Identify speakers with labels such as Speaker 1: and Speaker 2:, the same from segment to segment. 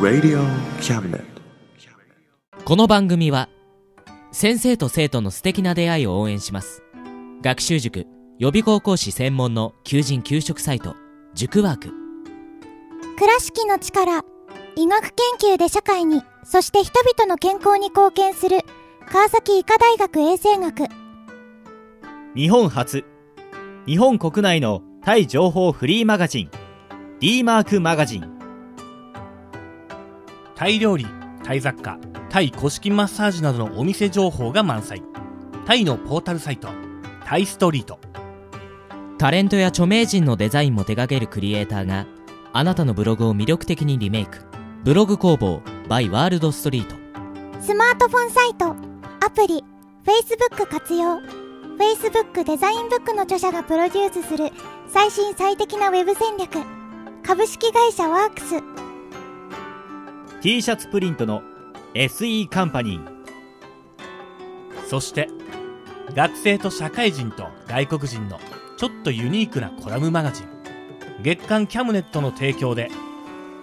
Speaker 1: Radio Cabinet.
Speaker 2: この番組は先生と生徒の素敵な出会いを応援します学習塾予備高校師専門の求人・求職サイト塾ワーク
Speaker 3: 倉敷の力医学研究で社会にそして人々の健康に貢献する川崎医科大学衛生学
Speaker 4: 日本初日本国内のタイ情報フリーマガジン d マークマガジン
Speaker 5: タイ料理、タイ雑貨、タイ古式マッサージなどのお店情報が満載。タイのポータルサイト、タイストリート。
Speaker 2: タレントや著名人のデザインも手掛けるクリエイターがあなたのブログを魅力的にリメイクブログ工房 by ワールドストリート
Speaker 3: スマートフォンサイトアプリ Facebook 活用 Facebook デザインブックの著者がプロデュースする最新最適なウェブ戦略株式会社ワークス
Speaker 4: T シャツプリントの SE カンパニー
Speaker 5: そして、学生と社会人と外国人のちょっとユニークなコラムマガジン。月刊キャムネットの提供で、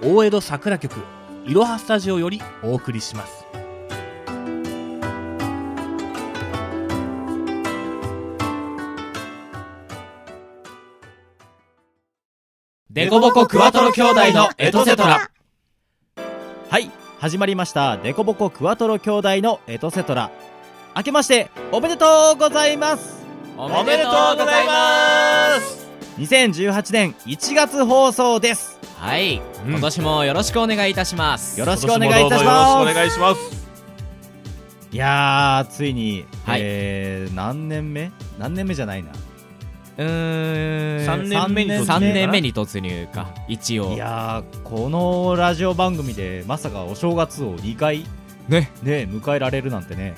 Speaker 5: 大江戸桜局、いろはスタジオよりお送りします。
Speaker 2: デコボコクワトロ兄弟のエトセトラ
Speaker 4: はい始まりましたデコボコクワトロ兄弟のエトセトラ明けましておめでとうございます
Speaker 2: お
Speaker 4: めでとうござい
Speaker 2: ます
Speaker 4: 2018年1月放送です
Speaker 2: はい、今年もよろしくお願いいたします
Speaker 4: よろしくお願いいたします
Speaker 6: いします。
Speaker 4: いやーついに、
Speaker 2: はい
Speaker 4: えー、何年目何年目じゃないな
Speaker 2: うーん
Speaker 6: 三年目に突入
Speaker 2: 3
Speaker 6: 三
Speaker 2: 年目に突入か一応
Speaker 4: いやーこのラジオ番組でまさかお正月を2回
Speaker 2: ね
Speaker 4: ね迎えられるなんてね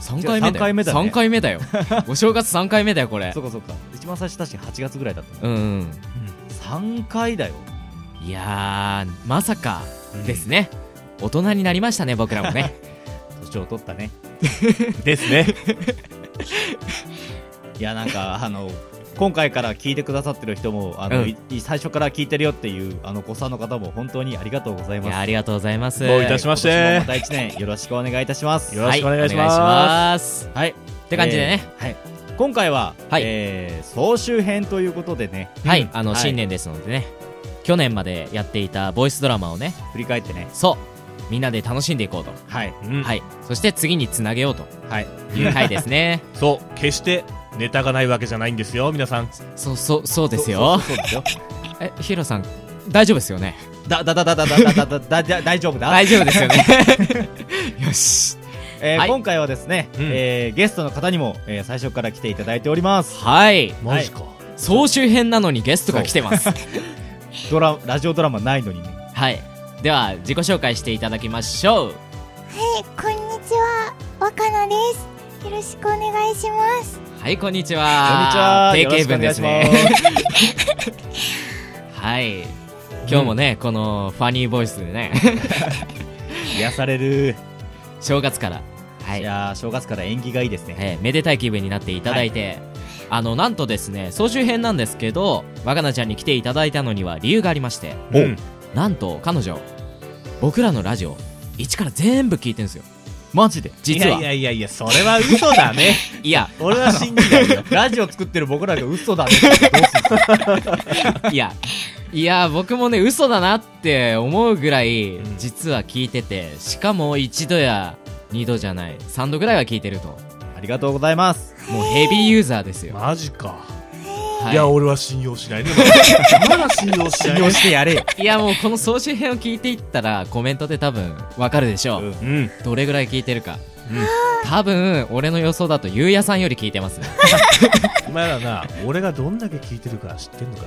Speaker 2: 3回目だよ
Speaker 4: じゃあ三回目だね
Speaker 2: 三回目 だよお正月3回目だよこれ
Speaker 4: そうかそうか一番最初確か8月ぐらいだったの
Speaker 2: うんうん
Speaker 4: 3回だよ
Speaker 2: いやーまさかですね、大人になりましたね僕らも ね
Speaker 4: 年を取っ たね
Speaker 6: ですね。
Speaker 4: いやなんかあの今回から聞いてくださってる人もあの、
Speaker 2: うん
Speaker 4: い最初から聞いてるよっていうあのご参の方も本当にありがとうござい
Speaker 2: い
Speaker 4: ます
Speaker 2: やありがとうございます
Speaker 6: どういたしまし
Speaker 4: 今年もま
Speaker 6: て。
Speaker 4: た1年よろしくお願いいたします
Speaker 6: よろしくお願いし
Speaker 2: は
Speaker 6: ます
Speaker 2: お願いします
Speaker 4: はい
Speaker 2: って感じでね、、
Speaker 4: えーはい今回は、
Speaker 2: はい
Speaker 4: えー総集編ということでね
Speaker 2: はいあの、
Speaker 4: はい
Speaker 2: 新年ですのでね去年までやっていたボイスドラマをね
Speaker 4: 振り返ってね
Speaker 2: そうみんなで楽しんでいこうと、
Speaker 4: はい
Speaker 6: うん
Speaker 2: はいそして次につなげようと
Speaker 4: はい
Speaker 2: いう回です ね
Speaker 6: そう、決してネタがないわけじゃないんですよ、皆さん。
Speaker 2: そうそうそうですよ
Speaker 4: そうそうそうですよ
Speaker 2: えヒロさん大丈夫ですよね
Speaker 4: だだだだだだだだだだ大丈夫 だ、
Speaker 2: 大丈夫ですよねよし
Speaker 4: えー
Speaker 2: はい
Speaker 4: 今回はですね、
Speaker 6: うん
Speaker 4: えーゲストの方にも、えー最初から来ていただいております
Speaker 2: はい
Speaker 6: マジか。
Speaker 2: 総集編なのにゲストが来てます
Speaker 4: ドララジオドラマないのにね
Speaker 2: はい。では、自己紹介していただきましょう。
Speaker 3: はいこんにちは若菜ですよろしくお願いします
Speaker 2: はい、こんにち
Speaker 4: こんにちは
Speaker 2: は。
Speaker 4: よろ
Speaker 2: 定
Speaker 4: し
Speaker 2: 型
Speaker 4: くお
Speaker 2: 文
Speaker 4: 願
Speaker 2: で
Speaker 4: い
Speaker 2: す
Speaker 4: し
Speaker 2: ね。
Speaker 4: ます
Speaker 2: はい。今日もね、このファニーボイスでね、
Speaker 4: 癒される、、
Speaker 2: 正月から、はいい、
Speaker 4: やー正月から縁起がいいですね
Speaker 2: えーめでたい気分になっていただいて、あの、なんとですね、総集編なんですけど、若菜ちゃんに来ていただいたのには理由がありまして、
Speaker 4: お
Speaker 6: うん
Speaker 2: なんと彼女、僕らのラジオ、一から全部聞いてるんですよ。
Speaker 4: マジで
Speaker 2: 実は。い
Speaker 6: い
Speaker 2: や
Speaker 6: やいやいやいや、それは嘘だね。
Speaker 2: いや、
Speaker 4: 俺は信じないよ ラジオ作ってる僕らが 嘘だねどうする
Speaker 2: いや、いや、僕もね、嘘だなって思うぐらい
Speaker 6: うん、
Speaker 2: 実は聞いてて、しかも一度や二度じゃない、三度ぐらいは聞いてると、
Speaker 4: ありがとうございます
Speaker 2: もうヘビーユーザーですよ。
Speaker 6: マジか。
Speaker 2: はい
Speaker 6: や、
Speaker 2: い、
Speaker 6: 俺は信用しないね。まだまだ信用し
Speaker 4: 信
Speaker 6: ない
Speaker 4: 用。してやれよ、
Speaker 2: いや、もうこの総集編を聞いていったら、コメントで多分わかるでしょう。
Speaker 6: うん。
Speaker 2: どれぐらい聞いてるか。多分、俺の予想だと、ゆうやさんより聞いてますね。
Speaker 6: お前らな、俺がどんだけ聞いてるか知ってんのか。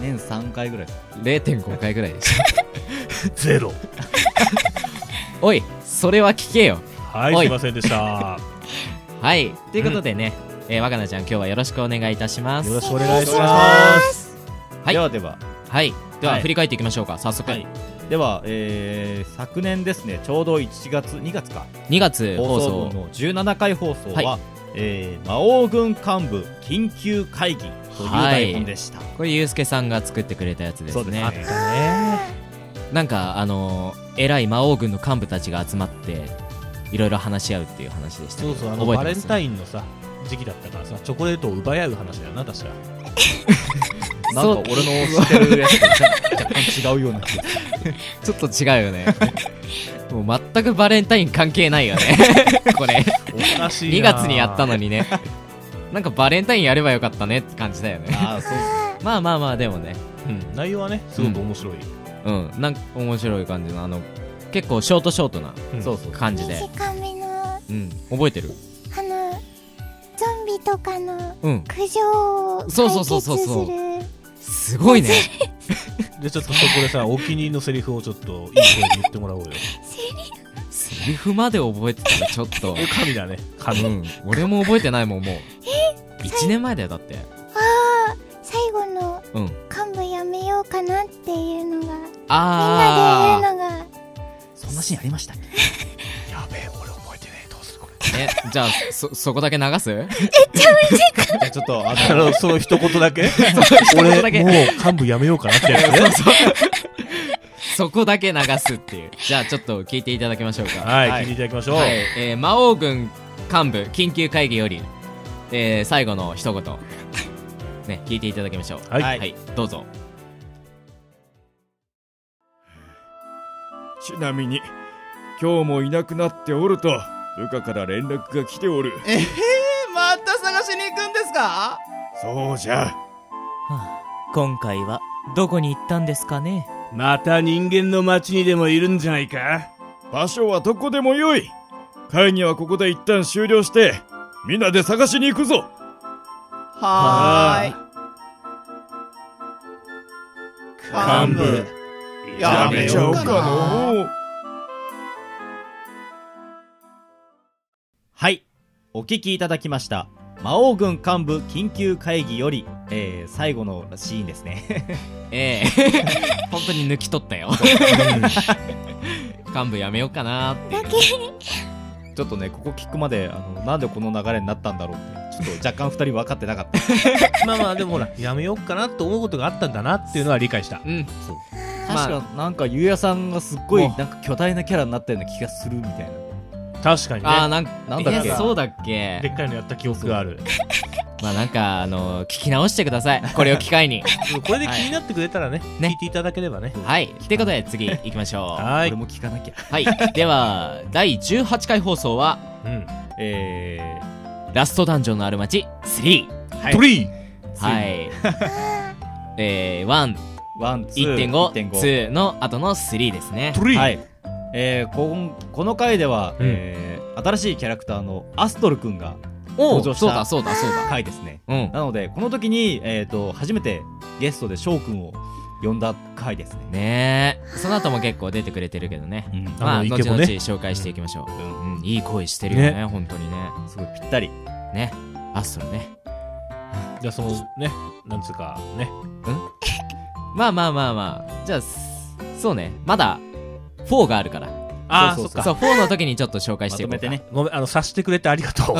Speaker 4: 年3回ぐらい
Speaker 2: 0.5回ぐらいでした。
Speaker 6: ゼロ。
Speaker 2: おい、それは聞けよ。
Speaker 6: はい、
Speaker 2: お
Speaker 6: す
Speaker 2: い
Speaker 6: いませんでした。
Speaker 2: はい、ということでね、えー若菜ちゃん、今日はよろしくお願いいたします。
Speaker 6: よろしくお願いし
Speaker 4: お
Speaker 6: ま
Speaker 4: 願
Speaker 6: す。
Speaker 2: はい
Speaker 4: ではでは
Speaker 2: はい、では、
Speaker 4: はい
Speaker 2: 振り返っていきましょうか、早速。
Speaker 4: はいでは、えー昨年ですねちょうど1月2月か
Speaker 2: 2月放
Speaker 4: 放
Speaker 2: 送
Speaker 4: 送分の17回放送は、
Speaker 2: は
Speaker 4: えー魔王軍幹部緊急会議という台本でした、
Speaker 2: これユうスケさんが作ってくれたやつです
Speaker 4: そうです
Speaker 2: ね
Speaker 4: ね
Speaker 5: あったね
Speaker 2: なんかあのー偉い魔王軍の幹部たちが集まっていろいろ話し合うっていう話でしたけ
Speaker 5: そ
Speaker 2: ど
Speaker 5: うそうあの
Speaker 2: 覚
Speaker 5: バ
Speaker 2: えて
Speaker 5: レン
Speaker 2: ます
Speaker 5: タインのさ時期だったからさチョコレートを奪い合う話だよな確か
Speaker 4: なんか
Speaker 2: そう
Speaker 4: 俺の知ってるやつと若干違うような気がする
Speaker 2: ちょっと違うよねもう全くバレンタイン関係ないよねこれ
Speaker 5: おかしい
Speaker 2: 2月にやったの
Speaker 5: に
Speaker 2: にねなんかバレンタインやればよかったねって感じだよね
Speaker 4: ああそうっ す
Speaker 2: まあまあまあでもね
Speaker 5: うん、内容はねすごく面白い、
Speaker 2: うんなんか面白い感じのあの結構ショートショートな
Speaker 5: うん
Speaker 4: そうそう
Speaker 2: 感じで、
Speaker 3: 短めのあ
Speaker 2: うん、覚えてる
Speaker 3: のゾンビとかの
Speaker 2: うん
Speaker 3: 苦情を解決す
Speaker 2: そ
Speaker 3: る
Speaker 2: うそうそうそうそうすごいね
Speaker 5: でちょっとそこでさお気に入りのセリフをちょっといい声で言ってもらおうよ
Speaker 2: セリフまで覚えてたらちょっ と
Speaker 5: え神だね神、
Speaker 2: うん俺も覚えてないもんもう1年前だよだって
Speaker 3: ああ最後の
Speaker 2: うん
Speaker 3: 幹部やめようかなっていうのがみんなで
Speaker 2: あ
Speaker 3: 言うのが
Speaker 4: そんなシーンありましたっけ
Speaker 5: やべえ俺覚えてねえどうするこれ
Speaker 2: あねじゃあそそこだけ流す
Speaker 4: じゃあちょっとあ
Speaker 5: あ
Speaker 4: の
Speaker 5: のその一言 だけ
Speaker 2: だけ
Speaker 5: 俺もう幹部やめようかなってやつね
Speaker 2: そこだけ流すっていうじゃあちょっと聞いていただきましょうか
Speaker 5: はい、
Speaker 4: は
Speaker 5: 聞
Speaker 4: い
Speaker 5: いていただきましょう、
Speaker 2: はい、えー魔王軍幹部緊急会議より、えー最後の一言ね聞いていただきましょう
Speaker 5: はい
Speaker 4: はい
Speaker 2: はい、どうぞ
Speaker 7: ちなみに今日もいなくなっておると部下から連絡が来ておるえへまた探しに行くんですかそうじゃ
Speaker 2: 今回はどこに行ったんですかね
Speaker 8: また人間の町にでもいるんじゃないか
Speaker 7: 場所はどこでもよい会議はここで一旦終了してみんなで探しに行くぞ
Speaker 8: はーい
Speaker 7: 幹部
Speaker 8: やめちゃおうか
Speaker 7: の
Speaker 4: はいお聞きいただきました魔王軍幹部緊急会議より、えー最後のシーンですね
Speaker 2: ええ本当に抜き取ったよ幹部やめようかなって
Speaker 3: だけ
Speaker 4: ちょっとねここ聞くまであのなんでこの流れになったんだろうってちょっと若干2人分かってなかった
Speaker 5: まあまあでもほらやめようかなと思うことがあったんだなっていうのは理解した
Speaker 2: うんまあ
Speaker 4: 確かなんかゆうやさんがすっごい
Speaker 2: もう
Speaker 4: なんか巨大なキャラになったような気がするみたいな
Speaker 5: 確かに
Speaker 2: あー
Speaker 5: ね
Speaker 2: なん
Speaker 4: なんだっけ
Speaker 2: えーそうだっ
Speaker 5: で
Speaker 2: け
Speaker 5: っかいのやった記憶がある
Speaker 2: まあなんかあの聞き直してくださいこれを機会 に
Speaker 5: これで気になってくれたらね、
Speaker 2: ね
Speaker 5: 聞いていただければね
Speaker 2: はいってことで次行きましょう
Speaker 5: は
Speaker 4: こ
Speaker 5: い
Speaker 4: れも聞かなきゃ
Speaker 2: はいでは第18回放送は
Speaker 5: うん
Speaker 4: え
Speaker 2: ラストダンジョンのある街3
Speaker 4: ー、は
Speaker 5: トリー
Speaker 2: はいえー、
Speaker 4: ワン、ツー、
Speaker 2: 11.52の後の3ですね
Speaker 5: トリー、
Speaker 4: はい。えー、こんこの回では、
Speaker 5: うん
Speaker 4: えー新しいキャラクターのアストルくんが
Speaker 2: お
Speaker 4: 登場
Speaker 2: お
Speaker 4: した
Speaker 2: そうだそうだそうだ
Speaker 4: 回ですね。
Speaker 2: うん
Speaker 4: なので、この時に、えー、と初めてゲストで翔くんを呼んだ回ですね。
Speaker 2: ねえその後も結構出てくれてるけどね
Speaker 4: うん
Speaker 2: ま
Speaker 5: あ
Speaker 2: あ
Speaker 5: のイ
Speaker 2: 後
Speaker 5: ケボ
Speaker 2: 々
Speaker 5: ね
Speaker 2: 紹介していきましょう、うんいい声してるよね本当にね
Speaker 4: すごいぴったり。
Speaker 2: ねアストロね
Speaker 5: じゃあそのねなんつうかね
Speaker 2: まあまあまあまあじゃあすそうねまだ4があるから
Speaker 5: ああ
Speaker 4: そう
Speaker 5: そ
Speaker 4: そ
Speaker 5: っ
Speaker 4: うそ
Speaker 5: か
Speaker 2: そう4の時にちょっと紹介し
Speaker 4: ま
Speaker 2: ていこ
Speaker 4: とめ
Speaker 2: うか
Speaker 4: てね。
Speaker 5: ごめんあの察してくれてありがとう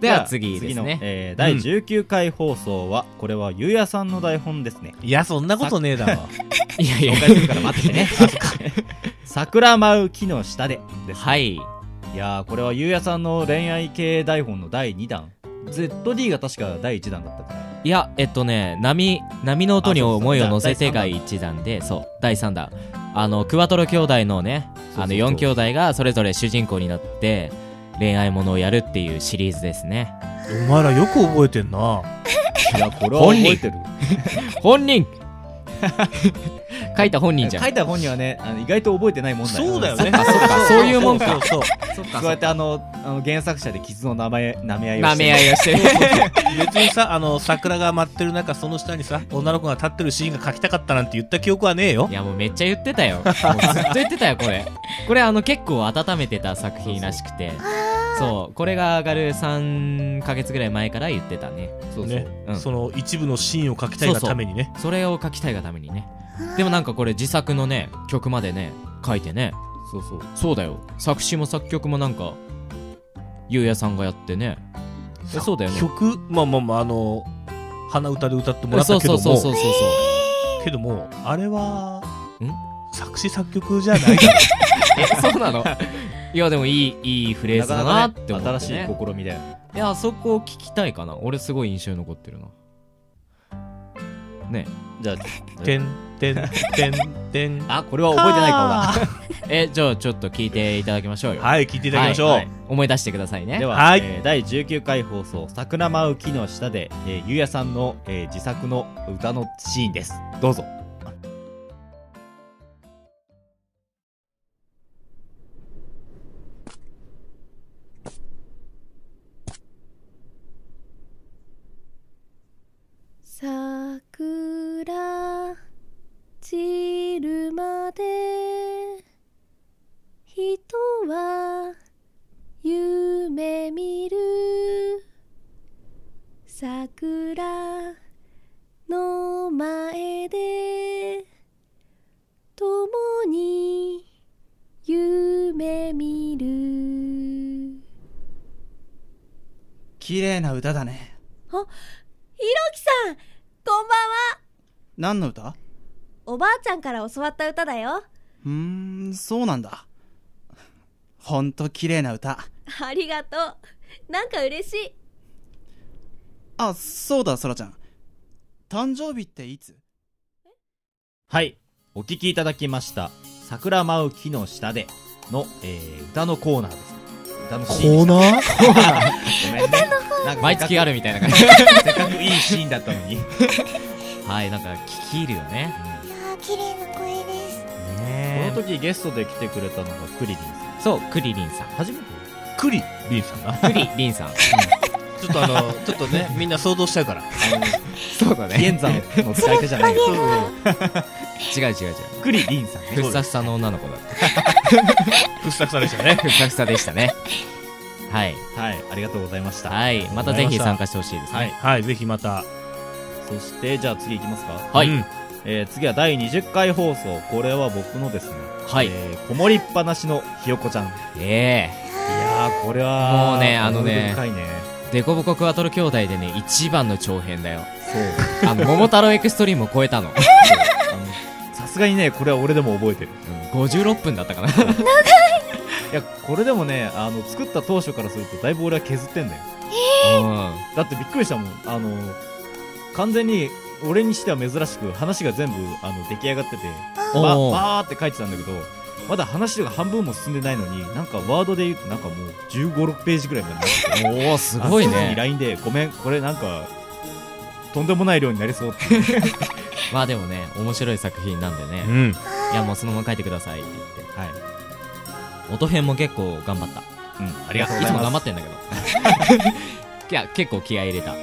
Speaker 2: では
Speaker 4: じゃあ
Speaker 2: 次です
Speaker 4: の
Speaker 2: ね、
Speaker 4: えー第19回放送は、これはゆうやさんの台本ですね。
Speaker 5: いやそんなことねえだろ
Speaker 2: いやいや
Speaker 4: 紹介するから待っててね。 桜舞う木の下でです。
Speaker 2: はい
Speaker 4: いやー、これはゆうやさんの恋愛系台本の第2弾。ZD が確か第1弾だったから。
Speaker 2: いやえっとね波波の音に
Speaker 4: あそうそう
Speaker 2: 思いを乗せ
Speaker 4: じ
Speaker 2: て
Speaker 4: ゃあ第
Speaker 2: が一弾でそう第3弾あのクワトロ兄弟のねあの4兄弟がそれぞれ主人公になって恋愛ものをやるっていうシリーズですね
Speaker 5: お前らよく覚えてんない
Speaker 4: や、これは覚えてる。
Speaker 2: 本人書いた本人じゃん
Speaker 4: 書いた本にはねあの意外と覚えてないもんだよ
Speaker 5: そうだよね
Speaker 2: あそうかそういうもん
Speaker 5: そう
Speaker 2: か
Speaker 5: そう
Speaker 4: そうやってあのあの原作者で傷の名前舐め合いを
Speaker 2: な
Speaker 4: して
Speaker 2: め合いを してる
Speaker 5: そう別にさあの桜が舞ってる中その下にさ女の子が立ってるシーンが描きたかったなんて言った記憶はねえよ
Speaker 2: いやもうめっちゃ言ってたよもうずっと言ってたよこれこれあの結構温めてた作品らしくてそうこれが上がる3ヶ月ぐらい前から言ってたね
Speaker 4: そうそう、
Speaker 5: ね
Speaker 2: うん
Speaker 5: その一部のシーンを描きたいがためにね
Speaker 2: それを書きたいがためにねでもなんかこれ自作のね曲までね書いてね
Speaker 4: そうそう
Speaker 2: そうだよ作詞も作曲もなんかゆうやさんがやってねえそうだよね
Speaker 5: 曲まあまあまああの鼻歌で歌ってもらっ
Speaker 2: そ
Speaker 5: た
Speaker 2: う
Speaker 5: け
Speaker 2: そ
Speaker 5: ど
Speaker 2: うそうそうそ
Speaker 5: も
Speaker 2: うそう
Speaker 5: けどもあれは
Speaker 2: ん
Speaker 5: 作詞作曲じゃない
Speaker 2: え そうなのいやでもいいいいフレー
Speaker 4: な
Speaker 2: ズ
Speaker 4: か
Speaker 2: だ
Speaker 4: なか
Speaker 2: な
Speaker 4: ね
Speaker 2: って思って、ね、
Speaker 4: 新しい試みで
Speaker 2: いやあそこを聞きたいかな俺すごい印象に残ってるなね
Speaker 4: じゃあ
Speaker 5: てんてんてんてん
Speaker 4: あこれは覚えてない顔だ
Speaker 2: えじゃあちょっと聞いていただきましょうよ
Speaker 5: はい聞いていただきましょう、
Speaker 2: はいはい思い出してくださいね
Speaker 4: では、
Speaker 5: はい
Speaker 4: えー第19回放送「桜舞う木の下で」えーゆうやさんの、えー自作の歌のシーンですどうぞ
Speaker 9: 桜散るまで人は夢見る桜の前で共に夢見る
Speaker 8: 綺麗な歌だね
Speaker 9: ひろきさんこんばんは
Speaker 8: 何の歌
Speaker 9: おばあちゃんから教わった歌だよ
Speaker 8: うーんそうなんだほんと綺麗な歌
Speaker 9: ありがとう。なんか嬉しい。
Speaker 8: あそうだそらちゃん誕生日っていつ
Speaker 4: はいお聴きいただきました「桜舞う木の下での」えー歌のコーナーです歌のシーンで
Speaker 5: ナー
Speaker 4: したごめんねなんか
Speaker 2: 毎月あ
Speaker 4: る
Speaker 2: るみたいな感じ
Speaker 4: せっかくいいシーンだったのにこ
Speaker 2: はいなんか聞き入るよね
Speaker 3: いやー綺麗な声です
Speaker 2: ね
Speaker 4: の時ゲストで来てくれたのがクリリンさん
Speaker 2: そうクリリンさん
Speaker 4: 初めて
Speaker 5: クリリンさんが
Speaker 2: クリリン さん
Speaker 5: ちょっとあのちょっとねみんな想像しちゃうから
Speaker 2: そうだ
Speaker 4: 現在の使い手じゃないけど
Speaker 2: 違う違う違う
Speaker 4: クリリンさんね
Speaker 2: ふっさふさの女の子だっ
Speaker 5: 掘削されちゃうね
Speaker 2: たふっさふさでしたねはい
Speaker 4: はいありがとうございました
Speaker 2: はいまたぜひ参加してほしいですね
Speaker 5: はいぜひまた
Speaker 4: そしてじゃあ次いきますか
Speaker 2: はい
Speaker 5: うん
Speaker 4: えー次は第20回放送これは僕のですね、
Speaker 2: はい
Speaker 4: えーこもりっぱなしのひよこちゃんい
Speaker 2: え
Speaker 4: やーこれは
Speaker 2: もうねあのね
Speaker 4: 思い出深いね
Speaker 2: えデコボコクワトロ兄弟でね一番の長編だよあの桃太郎エクストリームを超えた の
Speaker 4: そう さすがにねこれは俺でも覚えてる
Speaker 2: 56分だったか ない
Speaker 4: やこれでもねあの作った当初からするとだいぶ俺は削ってんだよ
Speaker 2: うん
Speaker 4: だってびっくりしたもんあの完全に俺にしては珍しく話が全部あの出来上がっててば
Speaker 2: おー
Speaker 4: ばーって書いてたんだけどまだ話が半分も進んでないのになんかワードで言うとなんかもう1 5 6ページぐらいまでなってて
Speaker 2: おお すごい
Speaker 4: あその時に
Speaker 2: ね
Speaker 4: LINE で「ごめんこれなんかとんでもない量になりそう」 って
Speaker 2: まあでもね面白い作品なんでね、
Speaker 5: うん
Speaker 2: いやもうそのまま書いてくださいって言っ
Speaker 4: はい、
Speaker 2: て音編も結構頑張った
Speaker 4: うん、ありがとうござい
Speaker 2: つも頑張
Speaker 4: ま
Speaker 2: ってんだけ どいや結構気合い入れたはい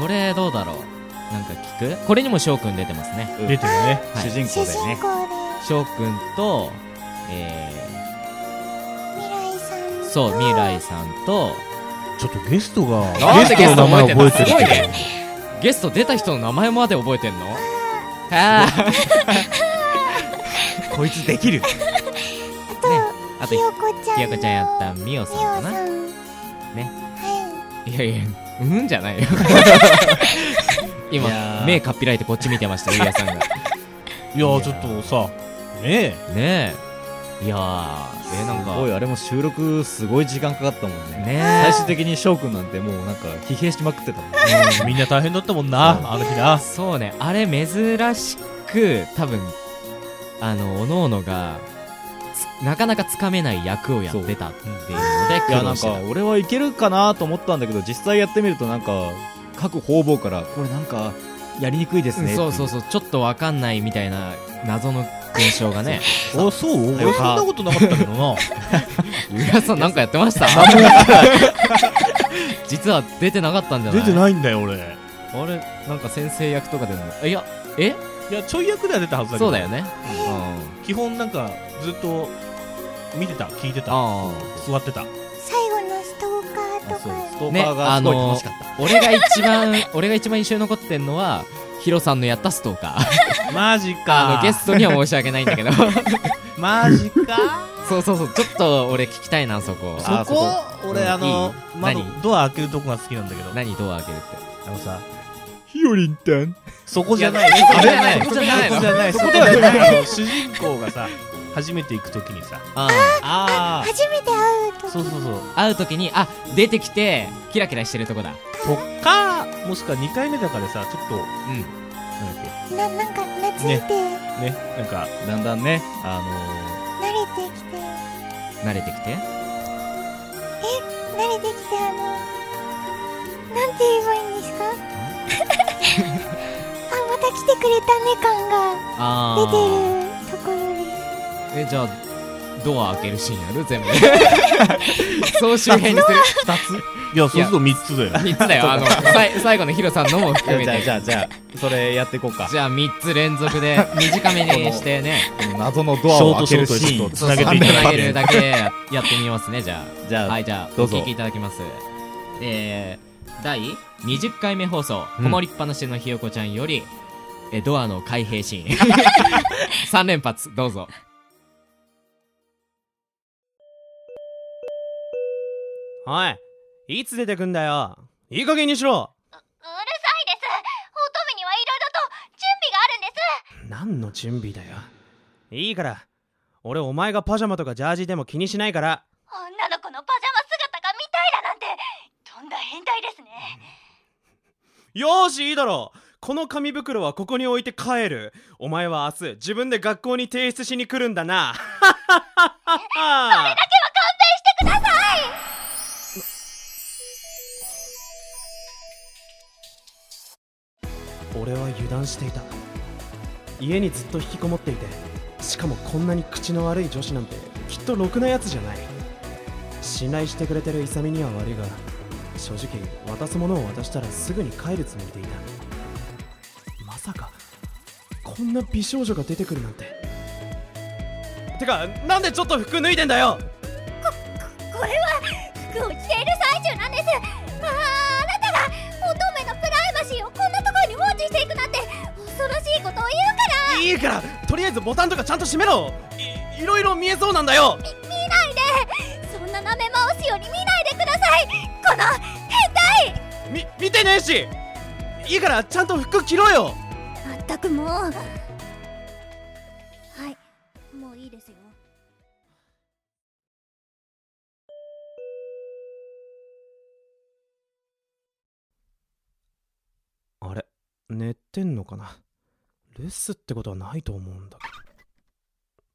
Speaker 2: これどうだろうなんか聞くこれにも翔くん出てますね
Speaker 4: す
Speaker 5: 出てるね
Speaker 2: はい
Speaker 4: 主人
Speaker 3: 主
Speaker 4: 公だよ
Speaker 3: 人
Speaker 4: ね
Speaker 3: 公で
Speaker 2: 翔くんとえ
Speaker 3: 未来さん
Speaker 2: ー、
Speaker 3: と
Speaker 2: そう未来さんと
Speaker 5: ちょっとゲストが
Speaker 2: なんでゲスト覚えてんの
Speaker 5: ゲストの名前覚えてる
Speaker 2: すごいねゲスト出た人の名前まで覚えてんのああ
Speaker 4: こいつできる
Speaker 3: あと、
Speaker 2: ねあと
Speaker 3: ひよこちゃん
Speaker 2: ひよこちゃんやったみおさ
Speaker 3: みお
Speaker 2: んか
Speaker 3: さ
Speaker 2: なんね
Speaker 3: はい
Speaker 2: やいやうんじゃ ないよ今
Speaker 4: いやー
Speaker 2: 目かっぴらいてこっち見てましたゆうやさ んが
Speaker 5: いやーちょっとさねえ
Speaker 2: ねえいやーえー、なん
Speaker 4: すごい
Speaker 2: か
Speaker 4: あれも収録すごい時間かかったもんね
Speaker 2: ねえ
Speaker 4: 最終的に翔くんなんてもうなんか疲弊しまくってたもん
Speaker 5: みんな大変だったもんなあの日な
Speaker 2: そうねあれ珍しく多分あのおのおのがつなかなかつかめない役をやってたっていうので
Speaker 4: いや
Speaker 2: 苦
Speaker 4: な
Speaker 2: 労
Speaker 4: ん
Speaker 2: して
Speaker 4: か
Speaker 2: た
Speaker 4: 俺はいけるかなと思ったんだけど実際やってみるとなんか各方々からこれなんかやりにくいですね
Speaker 2: そうそう
Speaker 4: う
Speaker 2: そうちょっとわかんないみたいな謎の現象がね
Speaker 5: あそう俺そんなことなかったけどな
Speaker 2: ゆうやさんなんかやってま した実は出てなかったんじゃな
Speaker 5: 出
Speaker 2: い
Speaker 5: てないんだよ俺い
Speaker 2: あれなんか先生役とかでもいやえ
Speaker 5: やちょい役では出たはずだけど
Speaker 2: そうだよね
Speaker 5: 基本なんかずっと見てた聞いてた
Speaker 2: ああ
Speaker 5: 座ってた
Speaker 3: 最後のストーカーと
Speaker 4: そう
Speaker 3: か
Speaker 4: ストーカーがすごい楽しかった、
Speaker 2: 俺が一番 俺が一番印象に残ってんのはヒロさんのやったストーカー
Speaker 5: マジ
Speaker 2: あのゲストには申し訳ないんだけど
Speaker 5: マジか
Speaker 2: そうそうそうちょっと俺聞きたいなそこ
Speaker 5: そ
Speaker 2: あ
Speaker 5: こ俺あ
Speaker 2: う
Speaker 5: の
Speaker 2: んいい
Speaker 5: 窓
Speaker 2: 何
Speaker 5: ドア開けるとこが好きなんだけど
Speaker 2: 何ドア開けるって
Speaker 5: あのさ
Speaker 7: ひよりんたん。
Speaker 5: そこじゃない
Speaker 2: いや
Speaker 5: そこじゃない
Speaker 2: そこじゃない
Speaker 5: そこじゃないそこではないあの主人公がさ初めて行くときにさ
Speaker 2: あ
Speaker 4: あ
Speaker 3: 初めて会うと
Speaker 5: そうそうそう
Speaker 2: 会う時にあ出てきてキラキラしてるとこだ
Speaker 5: とかもしくは2回目だからさちょっと
Speaker 2: うん
Speaker 5: なんだっ
Speaker 3: ななんか懐いて、
Speaker 5: けねなんか
Speaker 4: あだんだんねあ
Speaker 3: 慣れてきて
Speaker 2: 慣れてきて
Speaker 3: 慣れてきてあのなんて言えばいいんですかあまた来てくれたね感が
Speaker 2: あ
Speaker 3: 出て
Speaker 2: ー
Speaker 3: るところです
Speaker 2: えじゃあドア開けるシーンやる全部 総集編にする
Speaker 5: いやそうすると3つだよ
Speaker 2: 3つだよあ のさい最後のヒロさんのも含
Speaker 4: の
Speaker 2: め
Speaker 4: じゃあ
Speaker 2: て
Speaker 4: じゃあじゃあそれやっていこうか
Speaker 2: じゃあ3つ連続で 短めにしてね
Speaker 4: この謎のドアを開けるシ
Speaker 5: ショー
Speaker 4: ー
Speaker 5: トシ
Speaker 2: そう
Speaker 5: ョート
Speaker 4: ン
Speaker 2: そう
Speaker 5: つなげていただ
Speaker 2: つな
Speaker 5: け
Speaker 2: げ
Speaker 5: る
Speaker 2: るだけやってみますねじゃあ
Speaker 4: じゃあ、
Speaker 2: はい、じゃあ、
Speaker 4: ど
Speaker 2: お
Speaker 4: うぞ
Speaker 2: 聞きいただきます。えー、第20回目放送、
Speaker 5: うん
Speaker 2: こもりっぱなしのひよこちゃんより、えードアの開閉シ ーン。3連発、どうぞ。
Speaker 6: おい、いつ出てくんだよ。いい加減にしろ。
Speaker 9: うるさいです乙女にはいろいろと準備があるんです
Speaker 6: 何の準備だよ。いいから。俺お前がパジャマとかジャージでも気にしないから。
Speaker 9: 女の子のパジャマ姿が見たいだなんてとんだ変態ですね
Speaker 6: よーし、いいだろう。この紙袋はここに置いて帰る。お前は明日、自分で学校に提出しに来るんだ な。それだけは勘弁してください俺は油断していた家にずっと引きこもっていてしかもこんなに口の悪い女子なんてきっとろくなやつじゃない信頼してくれてるイサミには悪いが正直渡すものを渡したらすぐに帰るつもりでいたまさかこんな美少女が出てくるなんててかなんでちょっと服脱いでんだよ
Speaker 9: これは服を着ている最中なんですあああなたが乙女のプライバシーをこんなところに放置していくなんて恐ろしいことを言うから
Speaker 6: いいからとりあえずボタンとかちゃんと閉めろいいろいろ見えそうなんだよ
Speaker 9: み見ないでそんな舐め回すように見ないでくださいこの変態
Speaker 6: み見てねえしいいからちゃんと服着ろよ
Speaker 9: まったくもうはいもういいですよ
Speaker 6: あれ寝てんのかな留守ってことはないと思うんだけ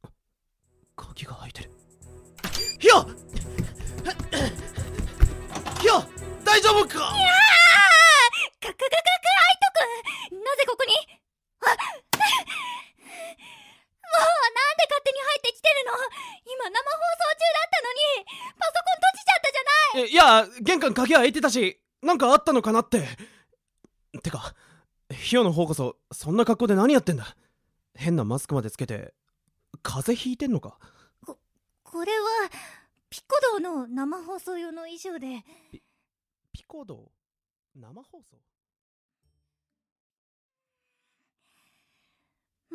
Speaker 6: ど鍵が開いてるひよひよ大丈夫か
Speaker 9: かかかかライトくんなぜここにあもうなんで勝手に入ってきてるの今生放送中だったのにパソコン閉じちゃったじゃない
Speaker 6: えいや玄関鍵開いてたしなんかあったのかなっててかひよの方こそそんな格好で何やってんだ変なマスクまでつけて風邪ひいてんのか
Speaker 9: これはピコ堂の生放送用の衣装で
Speaker 6: ピコドー生放送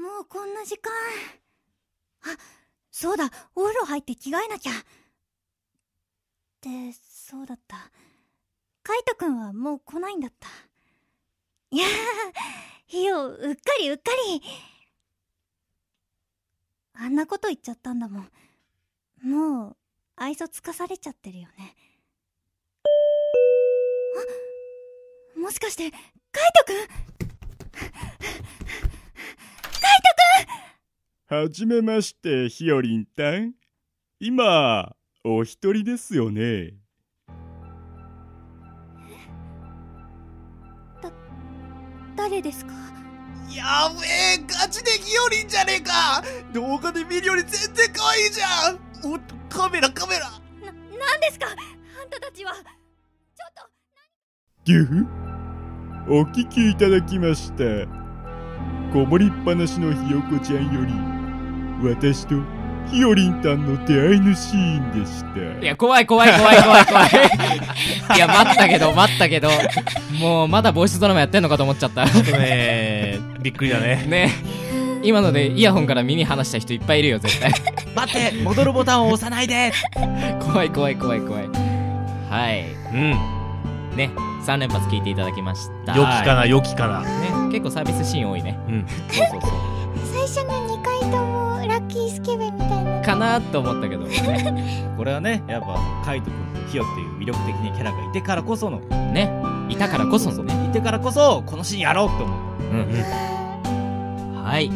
Speaker 9: もうこんな時間あそうだお風呂入って着替えなきゃってそうだったカイトくんはもう来ないんだったいやーひようっかりうっかりあんなこと言っちゃったんだもんもう愛想つかされちゃってるよねあもしかしてカイトくん
Speaker 7: はじめまして、ひよりんたん。今、お一人ですよね。
Speaker 9: 誰ですか
Speaker 10: やべえガチでギオリンじゃねえか動画で見るより全然可愛いじゃんおっとカメラカメラ
Speaker 9: な、なんですかあんたたちはちょっと
Speaker 7: ぎゅふお聞きいただきました。こもりっぱなしのひよこちゃんより、私とひよりんたんの出会いのシーンでした。
Speaker 2: いや、怖い怖い怖い怖い 怖い。いや、待ったけど、待ったけど、もうまだボイスドラマやってんのかと思っちゃった。
Speaker 5: ねえびっくりだね
Speaker 2: ね今のでイヤホンから耳離した人いっぱいいるよ、絶対。
Speaker 4: 待って戻るボタンを押さないで
Speaker 2: 怖い怖い怖い怖いはいうんね3連発聞いていただきました
Speaker 5: 良きかな良きかな
Speaker 2: ね結構サービスシーン多いね
Speaker 5: うん
Speaker 2: そうそうそう
Speaker 3: 最初の2回ともラッキースケベみたいな
Speaker 2: かなと思ったけどね
Speaker 4: これはねやっぱカイト君とヒヨっていう魅力的なキャラがいてからこその
Speaker 2: ねいたからこそのね
Speaker 4: いてからこそこのシーンやろうって思う
Speaker 2: はい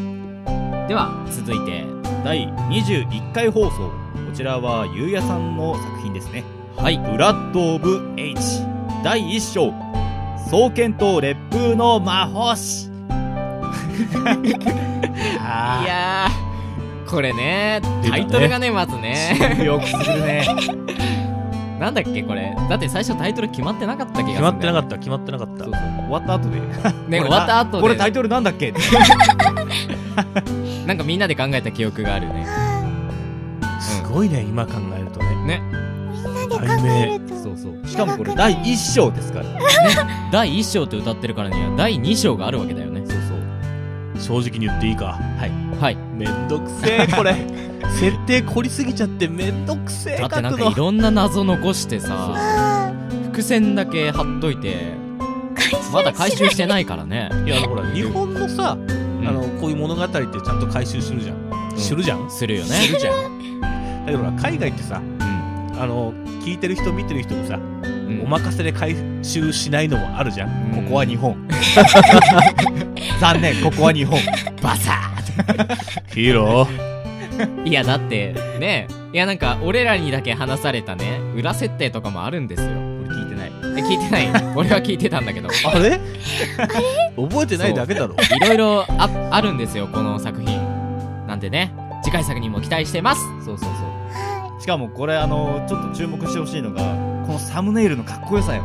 Speaker 2: では続いて
Speaker 4: 第21回放送こちらはゆうやさんの作品ですね
Speaker 2: はい
Speaker 4: ブラッド・オブ・ H 第1章双剣と烈風の魔法師
Speaker 2: い
Speaker 4: あ
Speaker 2: やーこれね
Speaker 5: 出た
Speaker 2: タ
Speaker 5: ね
Speaker 2: イトルがねまずね
Speaker 4: ーよくするね
Speaker 2: なんだっけこれだって最初タイトル決まってなかった気がする
Speaker 5: 決まってなか
Speaker 2: っ
Speaker 5: った決まってなかった
Speaker 4: そうそう終わった後で
Speaker 2: たね終わった後で
Speaker 4: これタイトルなんだっけって
Speaker 2: なんかみんなで考えた記憶があるね
Speaker 5: すごいね今考えるとね
Speaker 3: みんなで考えると
Speaker 4: そうそうしかもこれ第1章ですから
Speaker 2: 第1章って歌ってるからには第2章があるわけだよね
Speaker 4: そうそう
Speaker 5: 正直に言っていいか
Speaker 2: はい
Speaker 5: めんどくせえこれ設定凝りすぎちゃってめんどくせ
Speaker 2: だ
Speaker 5: え書
Speaker 2: っ
Speaker 5: く
Speaker 2: てなんか
Speaker 5: の
Speaker 2: いろんな謎残してさ
Speaker 3: あ
Speaker 2: 伏線だけ貼っといてまだ回収してないからね
Speaker 5: いやあのほら日本のさ、
Speaker 2: ん
Speaker 5: あのこういう物語ってちゃんと回収するじゃん、
Speaker 2: ん
Speaker 5: するじゃん
Speaker 2: するよ
Speaker 5: す
Speaker 2: ね
Speaker 5: るじゃんだけどほら海外って
Speaker 2: う
Speaker 5: さ
Speaker 2: ん
Speaker 5: あの聞いてる人見てる人もさ、
Speaker 2: うん
Speaker 5: お任せで回収しないのもあるじゃん
Speaker 4: ここは日本残念ここは日本
Speaker 2: バサ
Speaker 5: ヒーロー
Speaker 2: ーいやだってねいやなんか俺らにだけ話されたね裏設定とかもあるんですよ
Speaker 4: 俺聞いてない
Speaker 2: え聞いてない 俺は聞いてたんだけど
Speaker 5: あれ覚えてないだけだろ
Speaker 2: いろいろああるんですよこの作品なんでね次回作にも期待してます
Speaker 4: そうそうそうしかもこれあのちょっと注目してほしいのがこのサムネイルのかっこよさよ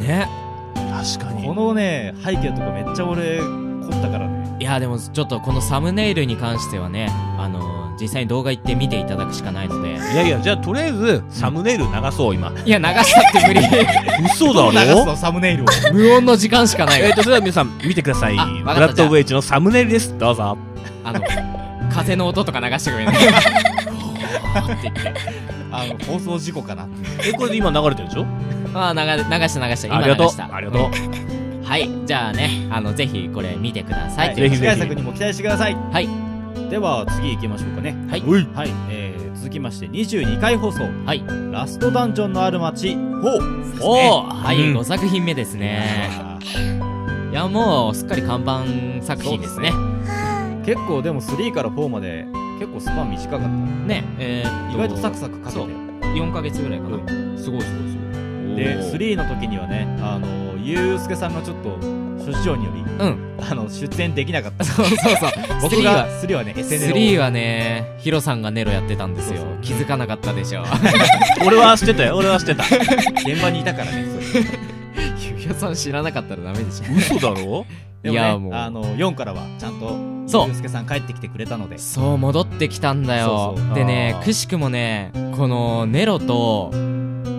Speaker 2: ね
Speaker 5: 確か
Speaker 4: こ
Speaker 5: に
Speaker 4: のね背景とかめっちゃ俺凝ったからね
Speaker 2: いやでもちょっとこのサムネイルに関してはねあの実際に動画行って見ていただくしかないので
Speaker 5: いやいやじゃあとりあえずサムネイル流そう今
Speaker 2: いや流したって無理
Speaker 5: 嘘
Speaker 4: どう流
Speaker 5: だ
Speaker 4: す
Speaker 5: ろ
Speaker 4: のサムネイルを
Speaker 2: 無音の時間しかない
Speaker 5: え
Speaker 2: わ
Speaker 5: っとそれでは皆さん見てください
Speaker 2: あ
Speaker 5: ブ
Speaker 2: わかった
Speaker 5: ラッドウェイチのサムネイルですどうぞ
Speaker 2: あの風の音とか流してくれない
Speaker 4: あの放送事故かな
Speaker 5: えこれで今流れてるでしょ
Speaker 2: あー流流した流した今
Speaker 5: あり
Speaker 2: 流
Speaker 5: がとう
Speaker 2: した
Speaker 5: ありがとう
Speaker 2: うんはいじゃあねあのぜひこれ見てください、
Speaker 4: はい
Speaker 5: ぜひぜひ
Speaker 4: 次回作にも期待してください
Speaker 2: はい
Speaker 4: では次行きましょうかね
Speaker 2: はい
Speaker 4: はい、えー、続きまして22回放送
Speaker 2: はい
Speaker 4: ラストダンジョンのある街4
Speaker 2: おおはい、
Speaker 5: うん
Speaker 2: 5作品目ですねいやもうすっかり看板作品ですね
Speaker 4: 結構でも3から4まで結構スパン短かった
Speaker 2: ねえー、
Speaker 4: 意外とサクサクかけて
Speaker 2: 4ヶ月ぐらいかな、すごいすごいすごい
Speaker 4: で
Speaker 2: おー
Speaker 4: 3の時にはねあのゆうすけさんがちょっと諸事情により
Speaker 2: うん
Speaker 4: あの出演できなかった
Speaker 2: そうそうそう
Speaker 4: 僕
Speaker 2: 3
Speaker 4: が
Speaker 2: は
Speaker 4: 3はね SNL を
Speaker 2: 3はねヒロさんがネロやってたんですよ
Speaker 4: そうそう
Speaker 2: 気づかなかったでし ょ
Speaker 5: 俺はしてたよ俺はしてた
Speaker 4: 現場にいたからねそう
Speaker 2: ゆうやさん知らなかったらダメでしょ
Speaker 5: 嘘だろ
Speaker 4: で
Speaker 2: い
Speaker 4: もね
Speaker 2: やもう
Speaker 4: あの4からはちゃんと
Speaker 2: そう
Speaker 4: ゆうすけさん帰ってきてくれたので
Speaker 2: そう戻ってきたんだよ
Speaker 4: そうそう
Speaker 2: でね
Speaker 5: あー
Speaker 2: くしくもねこのネロと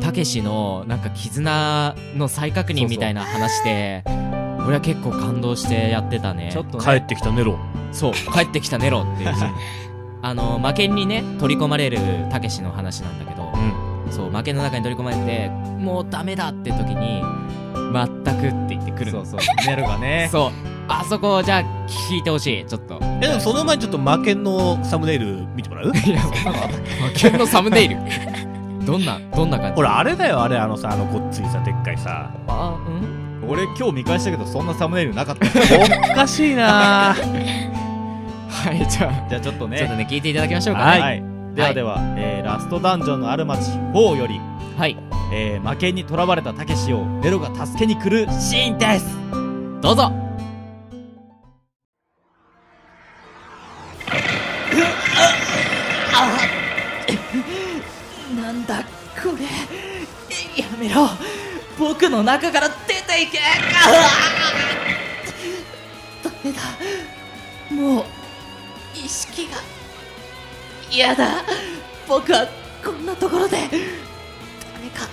Speaker 2: たけしのなんか絆の再確認みたいな話で俺は結構感動してやってたね
Speaker 4: ちょっと
Speaker 5: 帰
Speaker 4: ね
Speaker 5: ってきたネロ
Speaker 2: そう帰ってきたネロっていうあの負けにね取り込まれるたけしの話なんだけど、そう負けの中に取り込まれてもうダメだって時に「全く」って言ってくる
Speaker 4: そう
Speaker 2: の
Speaker 4: そうネルがね
Speaker 2: そうあそこをじゃあ聞いてほしいちょっと
Speaker 5: えでもその前にちょっと魔剣のサムネイル見てもらう
Speaker 2: 魔剣のサムネイルどんなどんな感じ
Speaker 5: ほらあれだよあれあのさあのごっついさでっかいさ
Speaker 2: あうん
Speaker 4: 俺今日見返したけどそんなサムネイル なかった
Speaker 5: おかしいなぁ
Speaker 2: はいじゃあ
Speaker 4: じゃあちょっとね
Speaker 2: ちょっとね聞いていただきましょうか
Speaker 5: はい
Speaker 4: ではでは、えーラストダンジョンのある町4より、
Speaker 2: はい
Speaker 4: えー、負けに囚われたたけしをネロが助けに来るシーンです
Speaker 2: どうぞ
Speaker 11: なんだこれやめろ僕の中から出ていけああダメだもう意識が嫌だ僕はこんなところで誰か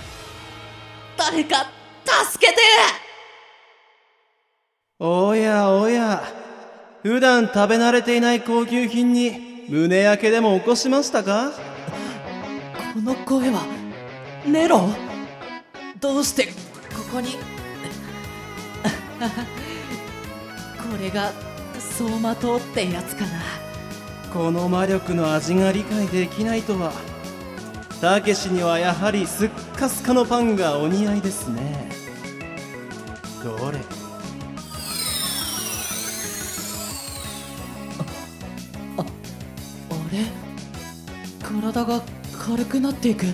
Speaker 11: 誰か助けて
Speaker 6: おやおや普段食べ慣れていない高級品に
Speaker 8: 胸焼けでも起こしましたか
Speaker 12: この声はネロどうしてここに これが走馬灯ってやつかな
Speaker 8: この魔力の味が理解できないとはたけしにはやはりすっかすかのパンがお似合いですねどれ
Speaker 12: あれ体が軽くなっていく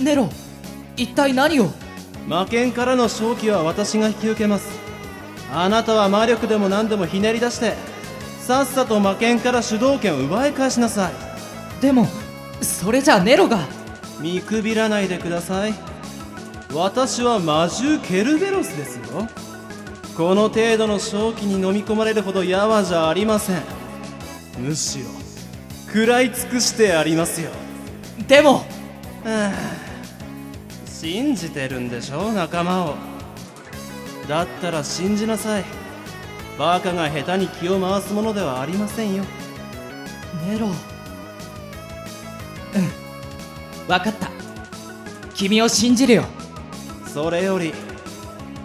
Speaker 12: ネロ一体何を
Speaker 8: 魔剣からの勝機は私が引き受けますあなたは魔力でも何でもひねり出してさっさと魔剣から主導権を奪い返しなさい
Speaker 12: でもそれじゃあネロが
Speaker 8: 見くびらないでください私は魔獣ケルベロスですよこの程度の正気に飲み込まれるほどやわじゃありませんむしろ食らい尽くしてありますよ
Speaker 12: でも
Speaker 8: はあ信じてるんでしょ仲間をだったら信じなさいバカが下手に気を回すものではありませんよ
Speaker 12: ネロうん分かった君を信じるよ
Speaker 8: それより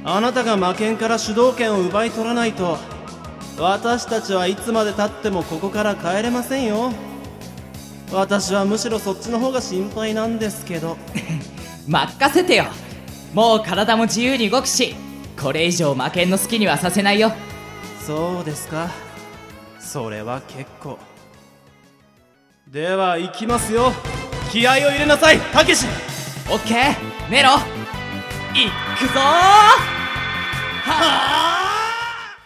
Speaker 8: あなたが魔剣から主導権を奪い取らないと私たちはいつまでたってもここから帰れませんよ私はむしろそっちの方が心配なんですけど
Speaker 12: 任せてよもう体も自由に動くしこれ以上魔剣の好きにはさせないよ
Speaker 8: そうですかそれは結構では行きますよ気合を入れなさいたけし
Speaker 12: オッケーネロいっくぞーはあ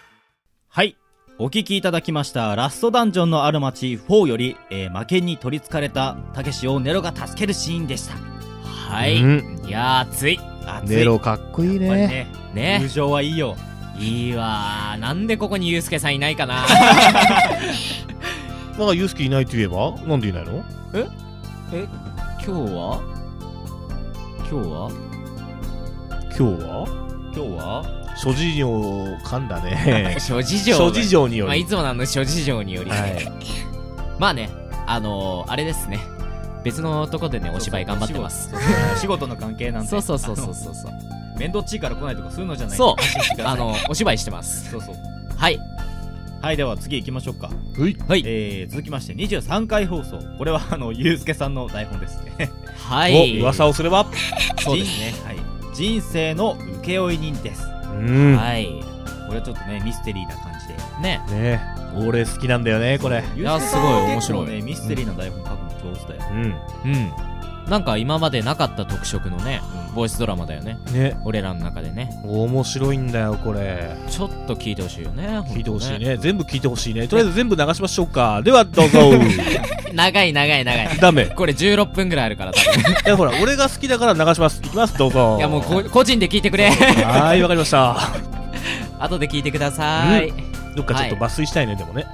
Speaker 4: はい。お聞きいただきました、ラストダンジョンのある町4より、えー、魔剣に取り憑かれたたけしをネロが助けるシーンでした。はい。
Speaker 5: うん
Speaker 4: いやー、熱い。熱い。
Speaker 5: ネロかっこいい
Speaker 4: やっぱり
Speaker 5: ね
Speaker 4: ね。ね。友情はいいよ。
Speaker 2: いいわーなんでここにユうスケさんいないかな
Speaker 5: なんかユースケいないと言えばなんでいないの
Speaker 2: ええ今日は今日は
Speaker 5: 今日は
Speaker 4: 今日は
Speaker 5: 諸事情噛んだね
Speaker 2: 諸事情
Speaker 5: 諸事情によ
Speaker 2: まあ、い
Speaker 5: り、
Speaker 2: つもなの諸事情により、まあねあのー、あれですね別のとこでねお芝居頑張ってます
Speaker 4: そうそう。仕事の関係なんで。
Speaker 2: そうそうそうそうそう
Speaker 4: そう。面倒っちいから来ないとかそういうのじゃない
Speaker 2: そう
Speaker 4: 安心してください
Speaker 2: あのお芝居してます
Speaker 4: そうそう
Speaker 2: はい
Speaker 4: はいでは次行きましょうか
Speaker 2: はい、
Speaker 4: えー、続きまして23回放送これはあのゆうすけさんの台本ですね
Speaker 2: はい
Speaker 5: お噂をすれば
Speaker 2: そうですね
Speaker 4: はい人生の請負人です
Speaker 5: うんね
Speaker 2: はい
Speaker 4: これはちょっとねミステリーな感じで
Speaker 2: ね
Speaker 5: 俺好きなんだよねこれ
Speaker 4: ゆうすけ
Speaker 2: や
Speaker 4: さんは
Speaker 2: すごい面白い
Speaker 4: 結構ねミステリーな台本書くの上手だよ、
Speaker 5: うん
Speaker 2: うんなんか今までなかった特色のねボイスドラマだよね
Speaker 5: ね
Speaker 2: 俺らの中でね
Speaker 5: 面白いんだよこれ
Speaker 2: ちょっと聞いてほしいよね
Speaker 5: 聞いてほしい
Speaker 2: ほんと
Speaker 5: ね全部聞いてほしいねとりあえず全部流しましょうかではどう ぞ
Speaker 2: 長い長い長い
Speaker 5: ダメ
Speaker 2: これ16分ぐらいあるから多 分
Speaker 5: いやほら俺が好きだから流しますいきますどうぞ
Speaker 2: いやもうこ個人で聞いてくれ
Speaker 5: はーいわかりました
Speaker 2: 後で聞いてください、
Speaker 5: う
Speaker 2: うん
Speaker 5: どっかちょっと抜粋したいねでもね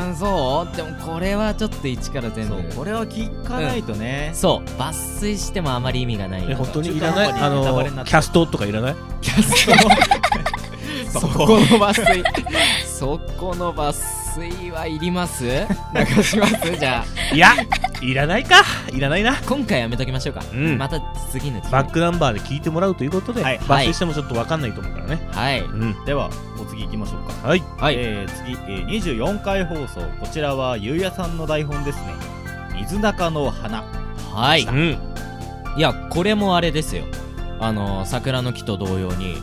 Speaker 2: ーんそうでもこれはちょっと一から全部
Speaker 4: そうこれは聞かないとね、
Speaker 2: そう抜粋してもあまり意味がない
Speaker 5: え本当にいらない
Speaker 4: 中途
Speaker 5: あ
Speaker 4: 半端にネタバ
Speaker 5: の
Speaker 4: レになっ
Speaker 5: キ
Speaker 4: て
Speaker 5: ャストとかいらない
Speaker 2: そこの抜粋そこの抜粋はいります流しますじゃあ
Speaker 5: いやいらないかいらないな
Speaker 2: 今回やめときましょうか、
Speaker 5: うん
Speaker 2: また次の次
Speaker 5: バックナンバーで聞いてもらうということで
Speaker 4: はい
Speaker 5: 抜粋してもちょっとわかんないと思うからね
Speaker 2: はい
Speaker 5: うん
Speaker 4: ではお次行きましょうか
Speaker 5: はい、
Speaker 2: はい
Speaker 4: えー、次、えー、24回放送こちらはゆうやさんの台本ですね水中の花
Speaker 2: はいう
Speaker 5: ん
Speaker 2: いやこれもあれですよあの桜の木と同様に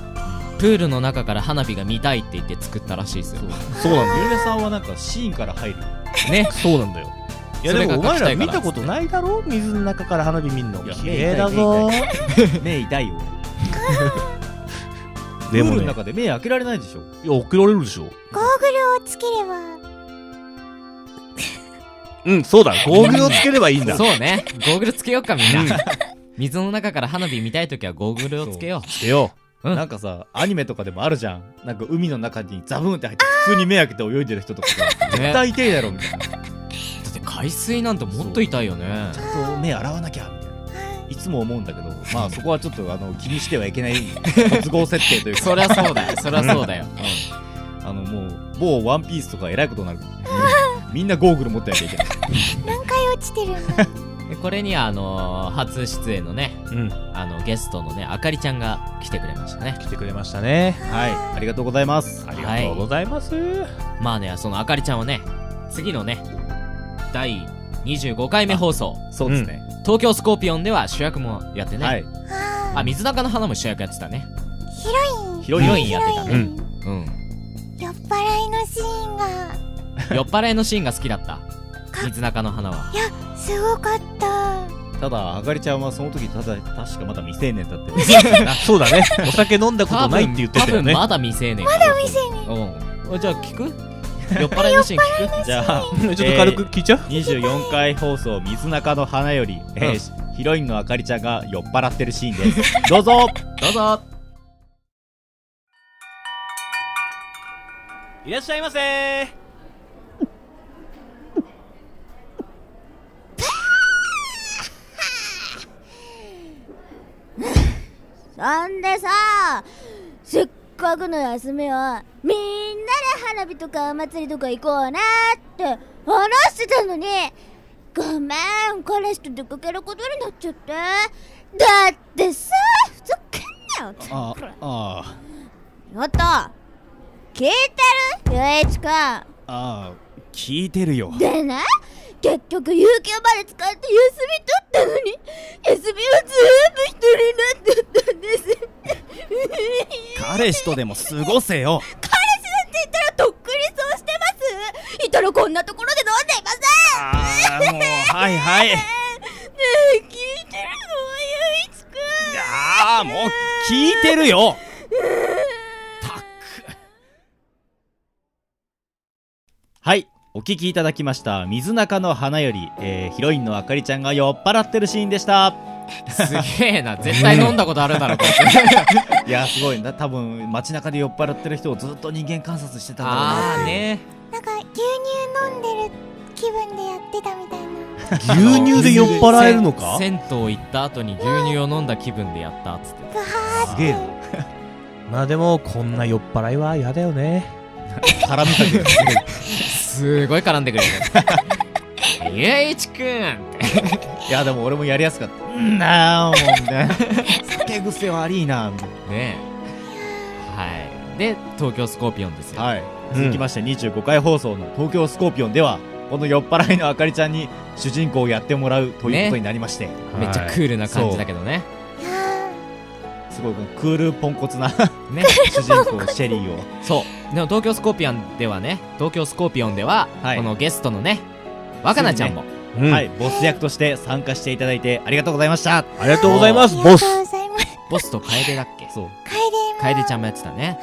Speaker 2: プールの中から花火が見たいって言って作ったらしいですよ
Speaker 5: そうなんだよ
Speaker 4: ゆうやさんはなんかシーンから入る
Speaker 2: ね
Speaker 5: そうなんだよいや
Speaker 2: そ
Speaker 5: で
Speaker 2: れが
Speaker 5: もお前ら
Speaker 2: 隠したいから
Speaker 5: 見たことないだろ水の中から花火見んの
Speaker 4: いや
Speaker 5: 綺麗だぞ
Speaker 4: 目痛いよ
Speaker 5: でも
Speaker 4: プールの
Speaker 5: ね
Speaker 4: 中で目開けられないでしょ
Speaker 5: いや送られるでしょ
Speaker 3: ゴーグルをつければ
Speaker 5: うんそうだゴーグルをつければいいんだ
Speaker 2: そうねゴーグルつけようかみ んな水の中から花火見たい時はゴーグルをつけよ
Speaker 5: つけよ
Speaker 2: うん
Speaker 4: なんかさアニメとかでもあるじゃんなんか海の中にザブンって入って普通に目開けて泳いでる人とかさ
Speaker 2: ね
Speaker 4: 絶対痛いだろみたいなち
Speaker 2: うだって海水なんてもっと痛いよね
Speaker 4: ゃんと目洗わなきゃみたいないつも思うんだけどまあそこはちょっとあの気にしてはいけない都合設定というか
Speaker 2: そりゃそうだよそりゃそうだよ
Speaker 4: あのもう某ワンピースとかえらいことになる
Speaker 13: みんなゴーグル持ってなきゃいけない
Speaker 3: 何回落ちてるん だ
Speaker 2: でこれにはあのー初出演のね、あのゲストのねあかりちゃんが来てくれましたね来
Speaker 5: てくれました
Speaker 4: ねはいありがとうございます
Speaker 5: ありがとうございます、
Speaker 2: まあねそのあかりちゃんはね次のね第25回目放送
Speaker 4: そうですね、
Speaker 2: 東京スコーピオンでは主役もやってね、あ水中の花も主役やってたね
Speaker 3: ヒロイン
Speaker 2: ヒロインやってたねうん、
Speaker 3: 酔っ払いのシーンが
Speaker 2: 酔っ払いのシーンが好きだった水中の花はい
Speaker 3: やすごかった
Speaker 4: ただあかりちゃんはその時ただ確かまだ未成年 だって
Speaker 5: あそう だねお酒飲んだことないって言ってたよ
Speaker 2: 多
Speaker 5: ね
Speaker 2: 分まだ未成年
Speaker 3: まだ未成年
Speaker 2: うんじゃあ聞く酔っ払いのシーン聞く
Speaker 4: じゃあ
Speaker 5: ちょっと軽く聞いちゃう、
Speaker 4: えー24回放送「水中の花」より、えーヒロインのあかりちゃんが酔っ払ってるシーン ですどうぞ
Speaker 2: どうぞ
Speaker 14: いらっしゃいませー
Speaker 9: そんでさせっかくの休みはみんなで花火とかお祭りとか行こうなって話してたのにごめん彼氏と出かけることになっちゃってだってさふざけんなよ
Speaker 13: ああ
Speaker 9: ちょっと聞いてるゆういちくん
Speaker 13: ああ聞いてるよ
Speaker 9: でね結局有給まで使って休み取ったのに休みは全部一人になっちゃったんです
Speaker 13: 彼氏とでも過ごせよ
Speaker 9: 彼氏なんていたらとっくにそうしてますいたらこんなところで飲んでいません
Speaker 13: ああもうはいはい
Speaker 9: ねえ聞いてるのゆいちくん
Speaker 13: ああもう聞いてる よ
Speaker 4: はいお聞きいただきました水中の花より、えーヒロインのあかりちゃんが酔っ払ってるシーンでした
Speaker 2: すげえな絶対飲んだことあるだろうこ い
Speaker 4: いやすごいな多分街中で酔っ払ってる人をずっと人間観察してたんだろうなっていう
Speaker 2: ね
Speaker 3: なんか牛乳飲んでる気分でやってたみたいな
Speaker 5: 牛乳で酔っ払えるのか
Speaker 2: 銭湯行った後に牛乳を飲んだ気分でやったっつって
Speaker 5: すげえなまあでもこんな酔っ払いは嫌だよね
Speaker 4: 絡みかけが
Speaker 2: すごい絡ん でくるねゆういちくん
Speaker 4: いやでも俺もやりやすかったうんなあもうみたいな 酒癖悪いなみたいな
Speaker 2: ねはいで東京スコーピオンですよ
Speaker 4: はい続きまして25回放送の「東京スコーピオン」ではこの酔っ払いのあかりちゃんに主人公をやってもらうということになりまして、
Speaker 2: めっちゃクールな感じだけどね
Speaker 4: そうすごいこのクールポンコツな
Speaker 2: ね
Speaker 4: 主人公シェリーを
Speaker 2: そうでも東京スコーピオンではね東京スコーピオンでは、このゲストのね若菜ちゃんも、
Speaker 4: はいボス役として参加していただいてありがとうございました
Speaker 5: ありがとうございますボス
Speaker 3: ありがとうございます
Speaker 2: ボスと楓だっけ
Speaker 4: そう
Speaker 2: 楓ちゃんもやってたね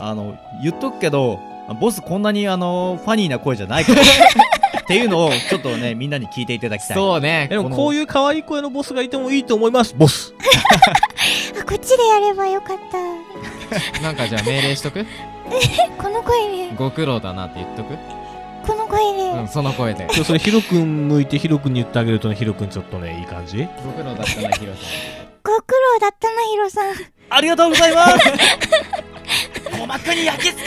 Speaker 4: あの言っとくけどボスこんなにあのファニーな声じゃない からっていうのをちょっとねみんなに聞いていただきたい
Speaker 2: そうね
Speaker 5: でもこう
Speaker 4: いう
Speaker 5: いう可愛い声のボスがいてもいいと思いますボス
Speaker 3: あこっちでやればよかった
Speaker 2: なんかじゃあ命令しとく
Speaker 3: この声で
Speaker 2: ご苦労だなって言っとく
Speaker 3: この声で、
Speaker 2: うんその声で
Speaker 5: 今日それヒロ君向いてヒロ君に言ってあげるとねヒロ君ちょっとねいい感じ
Speaker 2: ご苦労だったなヒロさん
Speaker 3: ご苦労だったなヒロさん
Speaker 4: ありがとうございます
Speaker 15: 鼓膜に焼き付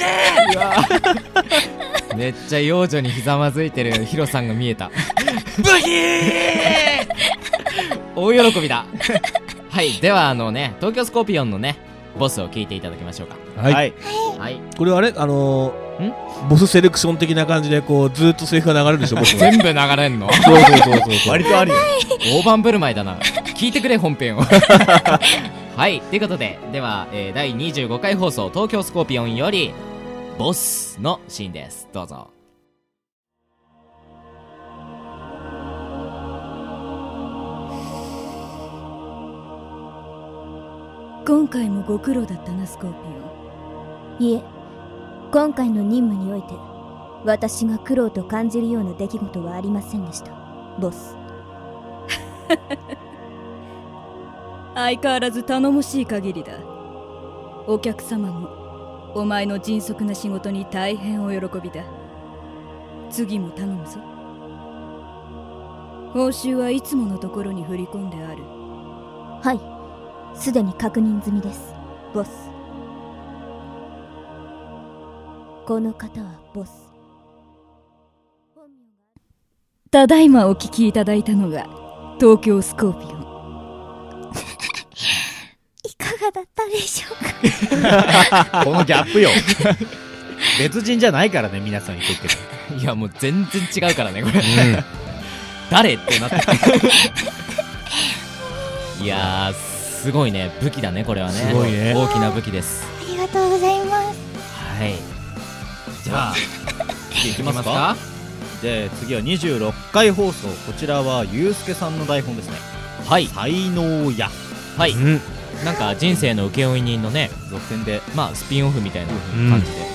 Speaker 15: け
Speaker 2: めっちゃ幼女にひざまずいてるヒロさんが見えた
Speaker 15: ブヒー
Speaker 2: 大喜びだはいではあのね東京スコーピオンのねボスを聞いていただきましょうか
Speaker 5: はい、
Speaker 2: はい
Speaker 5: これあれあのー、ボスセレクション的な感じでこうずーっとセリフが流れるでしょボスの
Speaker 2: 全部流れんの
Speaker 5: そうそうそうそうそう
Speaker 2: 大盤振る舞いだな聞いてくれ 本編をはいということででは、えー第25回放送「東京スコーピオン」よりボスのシーンですどうぞ
Speaker 16: 今回もご苦労だったなスコーピオンいえ今回の任務において私が苦労と感じるような出来事はありませんでしたボス 相変わらず頼もしい限りだお客様もお前の迅速な仕事に大変お喜びだ次も頼むぞ報酬はいつものところに振り込んである
Speaker 9: はい
Speaker 16: すでに確認済みですボス
Speaker 9: この方はボス
Speaker 16: 本
Speaker 9: ただいまお聞きいただいたのが東京スコーピオン
Speaker 17: いかがだったでしょうか
Speaker 4: このギャップよ 別人じゃないからね皆さん言ってる
Speaker 2: け どいやもう全然違うからねこれ、 誰ってな っていやーすごいね武器だねこれはね
Speaker 4: すごいね
Speaker 2: 大きな武器です
Speaker 17: ありがとうございます
Speaker 2: はい
Speaker 4: じ ゃあ次いきますかで次は26回放送こちらはゆうすけさんの台本ですね
Speaker 2: はい
Speaker 4: 才能や
Speaker 2: はい、なんか人生の請負人のね続編でまあスピンオフみたいな感じで、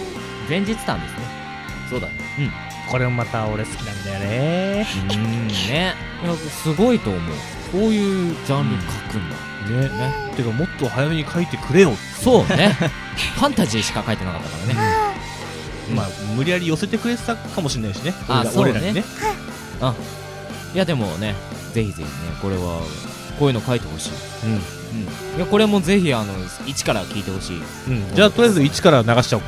Speaker 2: 前日たんですねそうだね
Speaker 18: うんこれもまた俺好きなんだよね
Speaker 2: うんねいやすごいと思うこういうジャンル書くんだ、
Speaker 5: ねてかもっと早めに書いてくれよ
Speaker 2: そうね ファンタジーしか書いてなかったからね
Speaker 5: まあ無理やり寄せてくれてたかもしれないしね
Speaker 2: あ
Speaker 5: 俺ら
Speaker 2: そうね
Speaker 5: 俺らにね
Speaker 2: あいやでもねぜひぜひねこれはこういうの書いてほしいうん、いやこれもぜひあの一から聞いてほしい、
Speaker 5: うんじゃあとりあえず1から流しちゃおう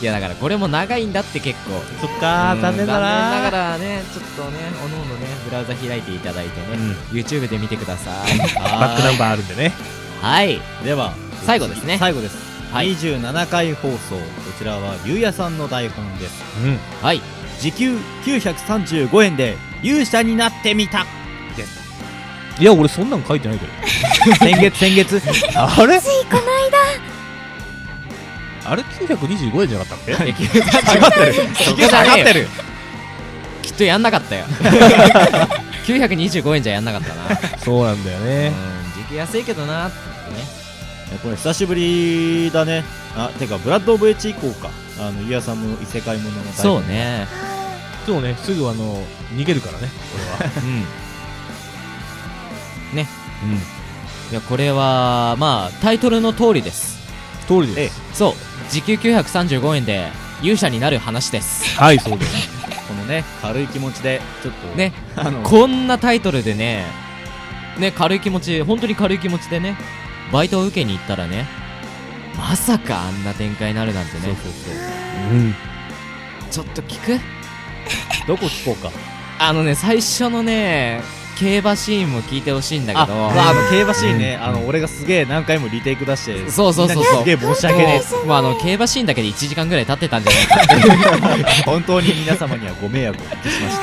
Speaker 2: いやだからこれも長いんだって結構
Speaker 4: そっかー
Speaker 2: うん
Speaker 4: 残念だ
Speaker 2: 残
Speaker 4: な
Speaker 2: 念ながらねちょっとねおのおのねブラウザ開いていただいてね、YouTube で見てください
Speaker 4: バックナンバ
Speaker 2: ーあるんでねはい
Speaker 4: では
Speaker 2: 最後ですね
Speaker 4: 最後です、27回放送こちらはゆうやさんの台本です、
Speaker 2: はい
Speaker 4: 時給935円で勇者になってみたです
Speaker 5: いや俺そんなん書いてないけど
Speaker 4: 先月先 月
Speaker 5: あれ
Speaker 17: ついこの間
Speaker 5: あれ925円じゃなかったっけ
Speaker 2: 下
Speaker 5: がってる下がってる
Speaker 2: きっとやんなかった よ925円じゃやんなかったな
Speaker 5: そうなんだよね
Speaker 2: 時給安いけどなってね
Speaker 4: えこれ久しぶりだねあてかブラッド・オブ・エッジ以降かあのゆうやさんの異世界ものの台本
Speaker 2: そうね
Speaker 5: そうねすぐあの逃げるからね 俺は
Speaker 2: ねいやこれはまあタイトルの通りです
Speaker 5: 通りです
Speaker 2: そう時給935円で勇者になる話です
Speaker 5: はいそうです
Speaker 4: このね軽い気持ちでちょっと
Speaker 2: ね
Speaker 4: あの
Speaker 2: こんなタイトルでねね軽い気持ち本当に軽い気持ちでねバイトを受けに行ったらねまさかあんな展開になるなんてねちょっと聞く
Speaker 4: どこ聞こうか
Speaker 2: あのね最初のね競馬シーンも聞いてほしいんだけど
Speaker 4: あ、まあ、あの競馬シーンね、あの俺がすげえ何回もリテイク出して
Speaker 2: そうそうそうそう
Speaker 4: みんなにすげえ申し訳ね
Speaker 2: もうあの競馬シーンだけで1時間ぐらい経ってたんじゃないか
Speaker 4: え本当に皆様にはご迷惑をおかけしました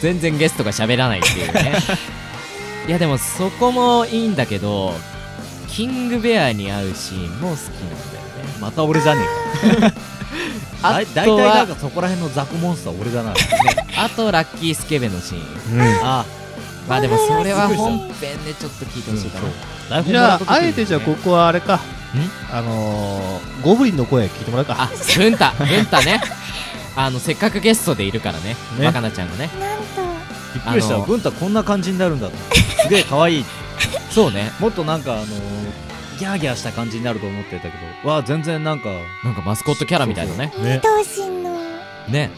Speaker 2: 全然ゲストが喋らないっていう ねいやでもそこもいいんだけどキングベアに会うシーンも好きなんだよね
Speaker 4: また俺じゃねえ かだい大体なんかそこら辺の雑魚モンスター俺だな、ね、
Speaker 2: あとラッキースケベのシーン、
Speaker 4: うんあ
Speaker 2: まあでもそれは本編でちょっと聞いてほしいかな、
Speaker 5: じゃああえてじゃあここはあれかあのー、ゴブリンの声聞いてもらうか
Speaker 2: あ文太文太ねあのせっかくゲストでいるからね
Speaker 4: ね
Speaker 2: 若菜ちゃんがね
Speaker 4: びっくりした
Speaker 2: あの
Speaker 4: 文太こんな感じになるんだとすげえ可愛い
Speaker 2: そうね
Speaker 4: もっとなんかあのーギャーギャーした感じになると思ってたけどわあ全然なんか
Speaker 2: なんかマスコットキャラみたいなね
Speaker 4: ね
Speaker 17: どうしんの
Speaker 2: ね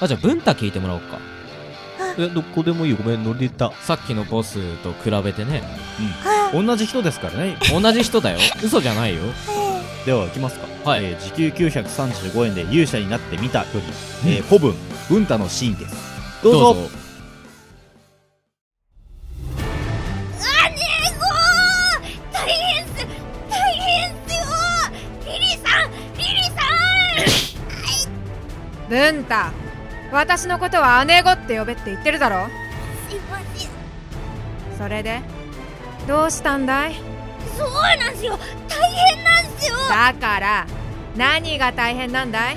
Speaker 2: あじゃあ文太聞いてもらおうか
Speaker 5: えどこでもいいよごめんノリで言った
Speaker 2: さっきのボスと比べてね、
Speaker 4: 同じ人ですからね
Speaker 2: 同じ人だよ嘘じゃないよ
Speaker 4: ではいきますか、はいえー時給935円で勇者になってみたより、えー古文文太のシーンですどうぞ
Speaker 2: どうぞ
Speaker 3: あねえごー大変っす大変っすよーリリーさんリリーさ
Speaker 19: 文太私のことは姉子って呼べって言ってるだろ
Speaker 3: んすいません
Speaker 19: それでどうしたんだい
Speaker 3: そうなんすよ大変なんすよ
Speaker 19: だから何が大変なんだい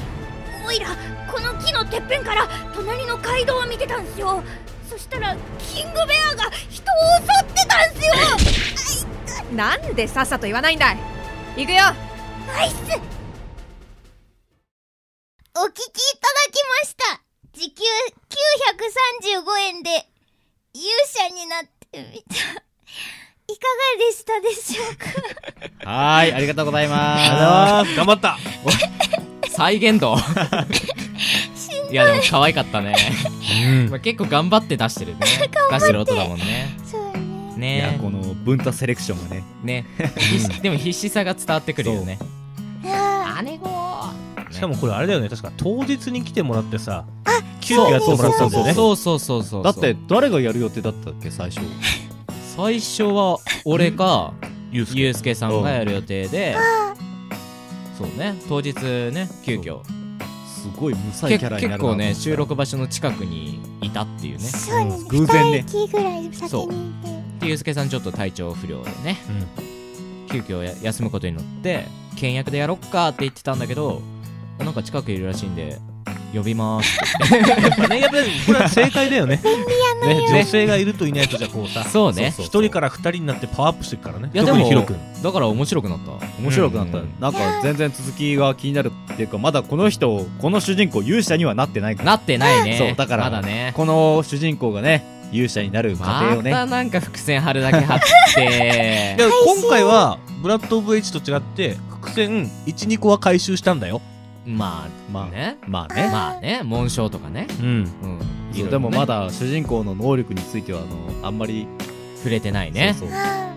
Speaker 3: おいらこの木のてっぺんから隣の街道を見てたんすよそしたらキングベアが人を襲ってたんすよ
Speaker 19: なんでさっさと言わないんだい行くよ
Speaker 3: ナイス
Speaker 20: お聞きいただきました時給935円で勇者になってみたいかがでしたでしょうか
Speaker 4: はーいありがとうございます
Speaker 2: 頑張った再現度いやでも可愛かったね、まあ、結構頑張って出してるね
Speaker 4: 頑張
Speaker 2: 出
Speaker 4: って
Speaker 2: してる音だもんね
Speaker 4: いや
Speaker 2: ね
Speaker 4: この文太セレクションがね
Speaker 2: ね必死でも必死さが伝わってくるよね
Speaker 17: あ
Speaker 2: 姉子
Speaker 5: しかもこれあれだよね確か当日に来てもらってさ
Speaker 21: 急遽やってもらったんだよね
Speaker 2: そうそうそうそうそうそうそう
Speaker 21: だって誰がやる予定だったっけ最初
Speaker 2: 最初は俺かゆうすけさんがやる予定でそうね当日ね急遽
Speaker 21: すごい無才キャラになるな
Speaker 2: 結構ね収録場所の近くにいたっていうね
Speaker 3: そうです、
Speaker 2: 偶然ね
Speaker 3: 二駅ぐらい先
Speaker 2: そう
Speaker 3: に
Speaker 2: でゆうすけさんちょっと体調不良でね、急遽や休むことになって倹約でやろっかって言ってたんだけどなんか近くいるらしいんで呼びまーすってやっぱねやっぱ
Speaker 21: これは正解だ よね
Speaker 2: のよ
Speaker 21: ね女性がいるといないとじゃこうさ
Speaker 2: そうね
Speaker 21: 一人から二人になってパワーアップしてるからね
Speaker 2: いやで
Speaker 21: 特に
Speaker 2: も
Speaker 21: ヒロ君
Speaker 2: だから面白くなった
Speaker 4: 面白くなった、
Speaker 2: うん
Speaker 4: なんか全然続きが気になるっていうかまだこの人この主人公勇者にはなってないから
Speaker 2: なってないね
Speaker 4: そうだから、
Speaker 2: まだね
Speaker 4: この主人公がね勇者になる過程をね
Speaker 2: またなんか伏線張るだけ張って
Speaker 21: で今回はブラッド・オブ・エイジと違って伏線12個は回収したんだよ
Speaker 2: まあまあね
Speaker 4: まあね
Speaker 2: まあね紋章とかね
Speaker 21: うん、
Speaker 2: うん
Speaker 4: そうでもまだ主人公の能力についてはあのあんまり
Speaker 2: 触れてないね
Speaker 4: そうそ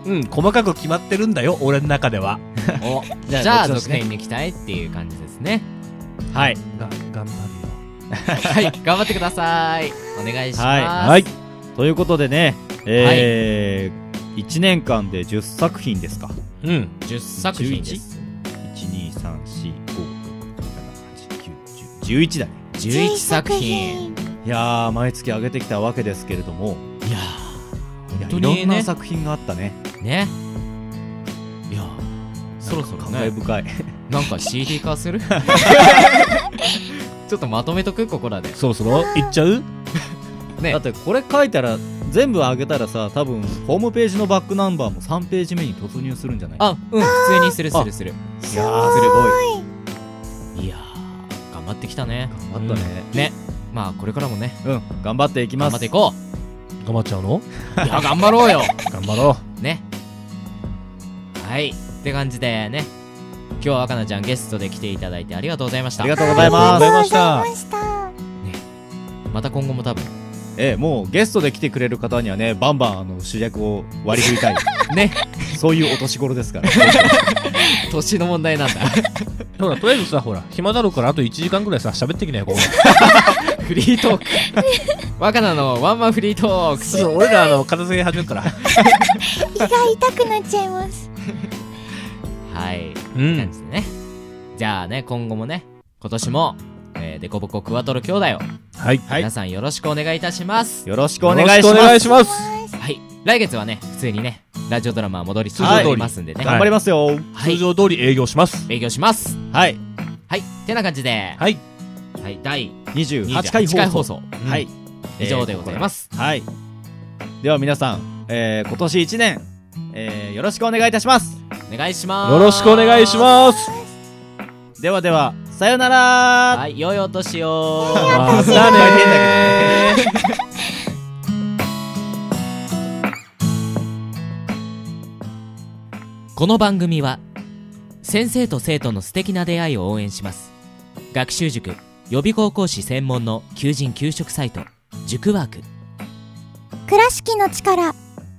Speaker 4: う
Speaker 21: うん細かく決まってるんだよ俺の中では
Speaker 2: お
Speaker 21: じゃあ
Speaker 2: じゃあ
Speaker 21: 後々ね
Speaker 2: 続編に期待っていう感じですね
Speaker 4: はい
Speaker 21: が頑張るよ
Speaker 2: はい頑張ってくださいお願いします
Speaker 4: はい、はい、ということでねえー1年間で10作品ですか
Speaker 21: うん
Speaker 2: 10作品です
Speaker 4: 11だね
Speaker 2: 11作品
Speaker 4: いやー毎月上げてきたわけですけれどもいやー
Speaker 2: 本当にね
Speaker 4: いろんな作品があったね
Speaker 2: ね
Speaker 4: いや
Speaker 2: そろそろね
Speaker 4: 感慨 深い
Speaker 2: なんか CD 化するちょっとまとめとくここらで
Speaker 21: そろそろいっちゃう
Speaker 2: ね
Speaker 4: だってこれ書いたら全部上げたらさ多分ホームページのバックナンバーも3ページ目に突入するんじゃない
Speaker 2: あうん普通にするするする
Speaker 4: いやーすごい
Speaker 2: いやー頑張ってきたね
Speaker 4: 頑張ったね、
Speaker 2: ねまあこれからもね
Speaker 4: うん頑張っていきます
Speaker 2: 頑張っていこ
Speaker 21: 頑張っちゃうの
Speaker 2: ういや頑張 ろうよ
Speaker 21: 頑張ろ
Speaker 2: ねはいって感じでね今日は若菜ちゃんゲストで来ていただいてありがとうございました
Speaker 4: ありがとうございますありがとうございま
Speaker 2: したまた今後も多分
Speaker 4: ええもうゲストで来てくれる方にはねバンバンあの主役を割り振 りたい
Speaker 2: ね
Speaker 4: そういうお年頃ですから
Speaker 2: 年の問題なんだ
Speaker 21: うほらとりあえずさほら暇だろうからあと1時間ぐらいさ喋ってきな よここ
Speaker 2: フリートーク若菜のワンマンフリートーク
Speaker 21: そう俺らあの片付け始めるから
Speaker 3: 胃が痛くなっちゃいます
Speaker 2: はい、うん、感じでねじゃあね今後もね今年も、えー、デコボコクワトロ兄弟を
Speaker 21: はい
Speaker 2: 皆さんよろしくお願いいたします
Speaker 4: よろし
Speaker 21: くお願いしますよろしくお願いします
Speaker 2: はい来月はね普通にねラジオドラマ戻り
Speaker 21: 通常通り
Speaker 2: ありますんでね
Speaker 21: 頑張ります
Speaker 4: よ、
Speaker 21: 通常通り営業します
Speaker 2: 営業します
Speaker 4: はい
Speaker 2: はいてな感じで
Speaker 21: はい、
Speaker 2: はい、第
Speaker 4: 28回
Speaker 2: 28回
Speaker 4: 放
Speaker 2: 放
Speaker 4: 送
Speaker 2: 送、
Speaker 4: はい
Speaker 2: 以上でございます、
Speaker 4: えーはいでは皆さん、えー今年1年、えーよろしくお願いいたします
Speaker 2: お願いします
Speaker 21: よろしくお願いします
Speaker 4: ではではさよなら
Speaker 2: はい良いお年を
Speaker 4: またねー
Speaker 2: この番組は先生と生徒の素敵な出会いを応援します学習塾予備高校師専門の求人・給食サイト塾ワーク
Speaker 3: 倉敷の力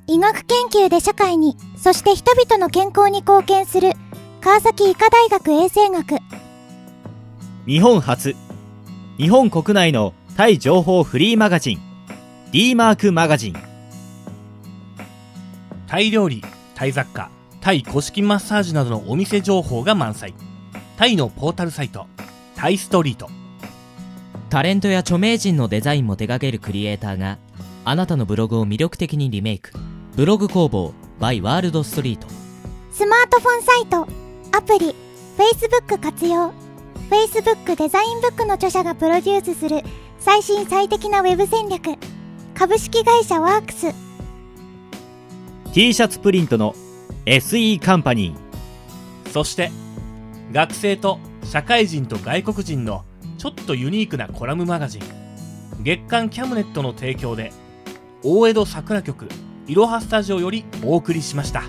Speaker 3: 医学研究で社会にそして人々の健康に貢献する川崎医科大学衛生学
Speaker 4: 日本初日本国内のタイ情報フリーマガジン D マークマガジン
Speaker 5: タイ料理タイ雑貨タイ古式マッサージなどのお店情報が満載タイのポータルサイトタイストリート
Speaker 2: タレントや著名人のデザインも手掛けるクリエイターがあなたのブログを魅力的にリメイクブログ工房 by ワールドストリート
Speaker 3: スマートフォンサイトアプリ Facebook 活用 Facebook デザインブックの著者がプロデュースする最新最適なウェブ戦略株式会社ワークス
Speaker 4: T シャツプリントの SE カンパニ
Speaker 5: ーそして学生と社会人と外国人のちょっとユニークなコラムマガジン月刊キャムネットの提供で大江戸桜局いろはスタジオよりお送りしました。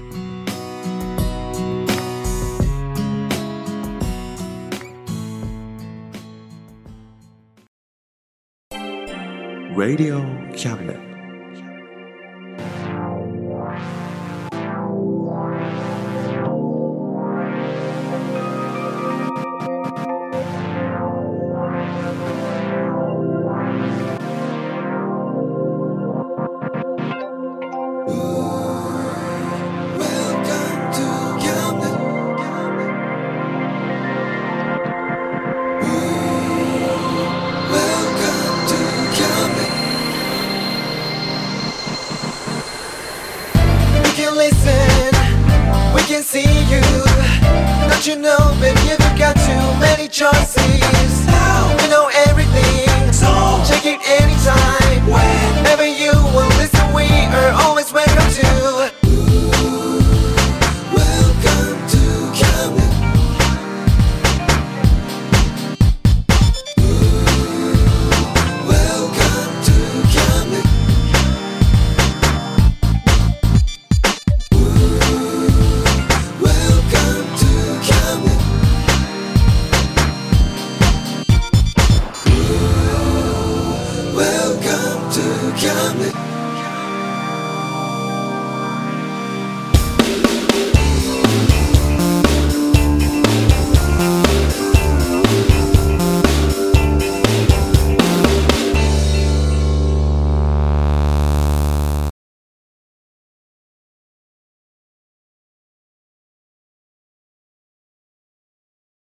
Speaker 1: Radio Cabinet.
Speaker 22: Thank you.
Speaker 6: you know, baby, you've got too many choices.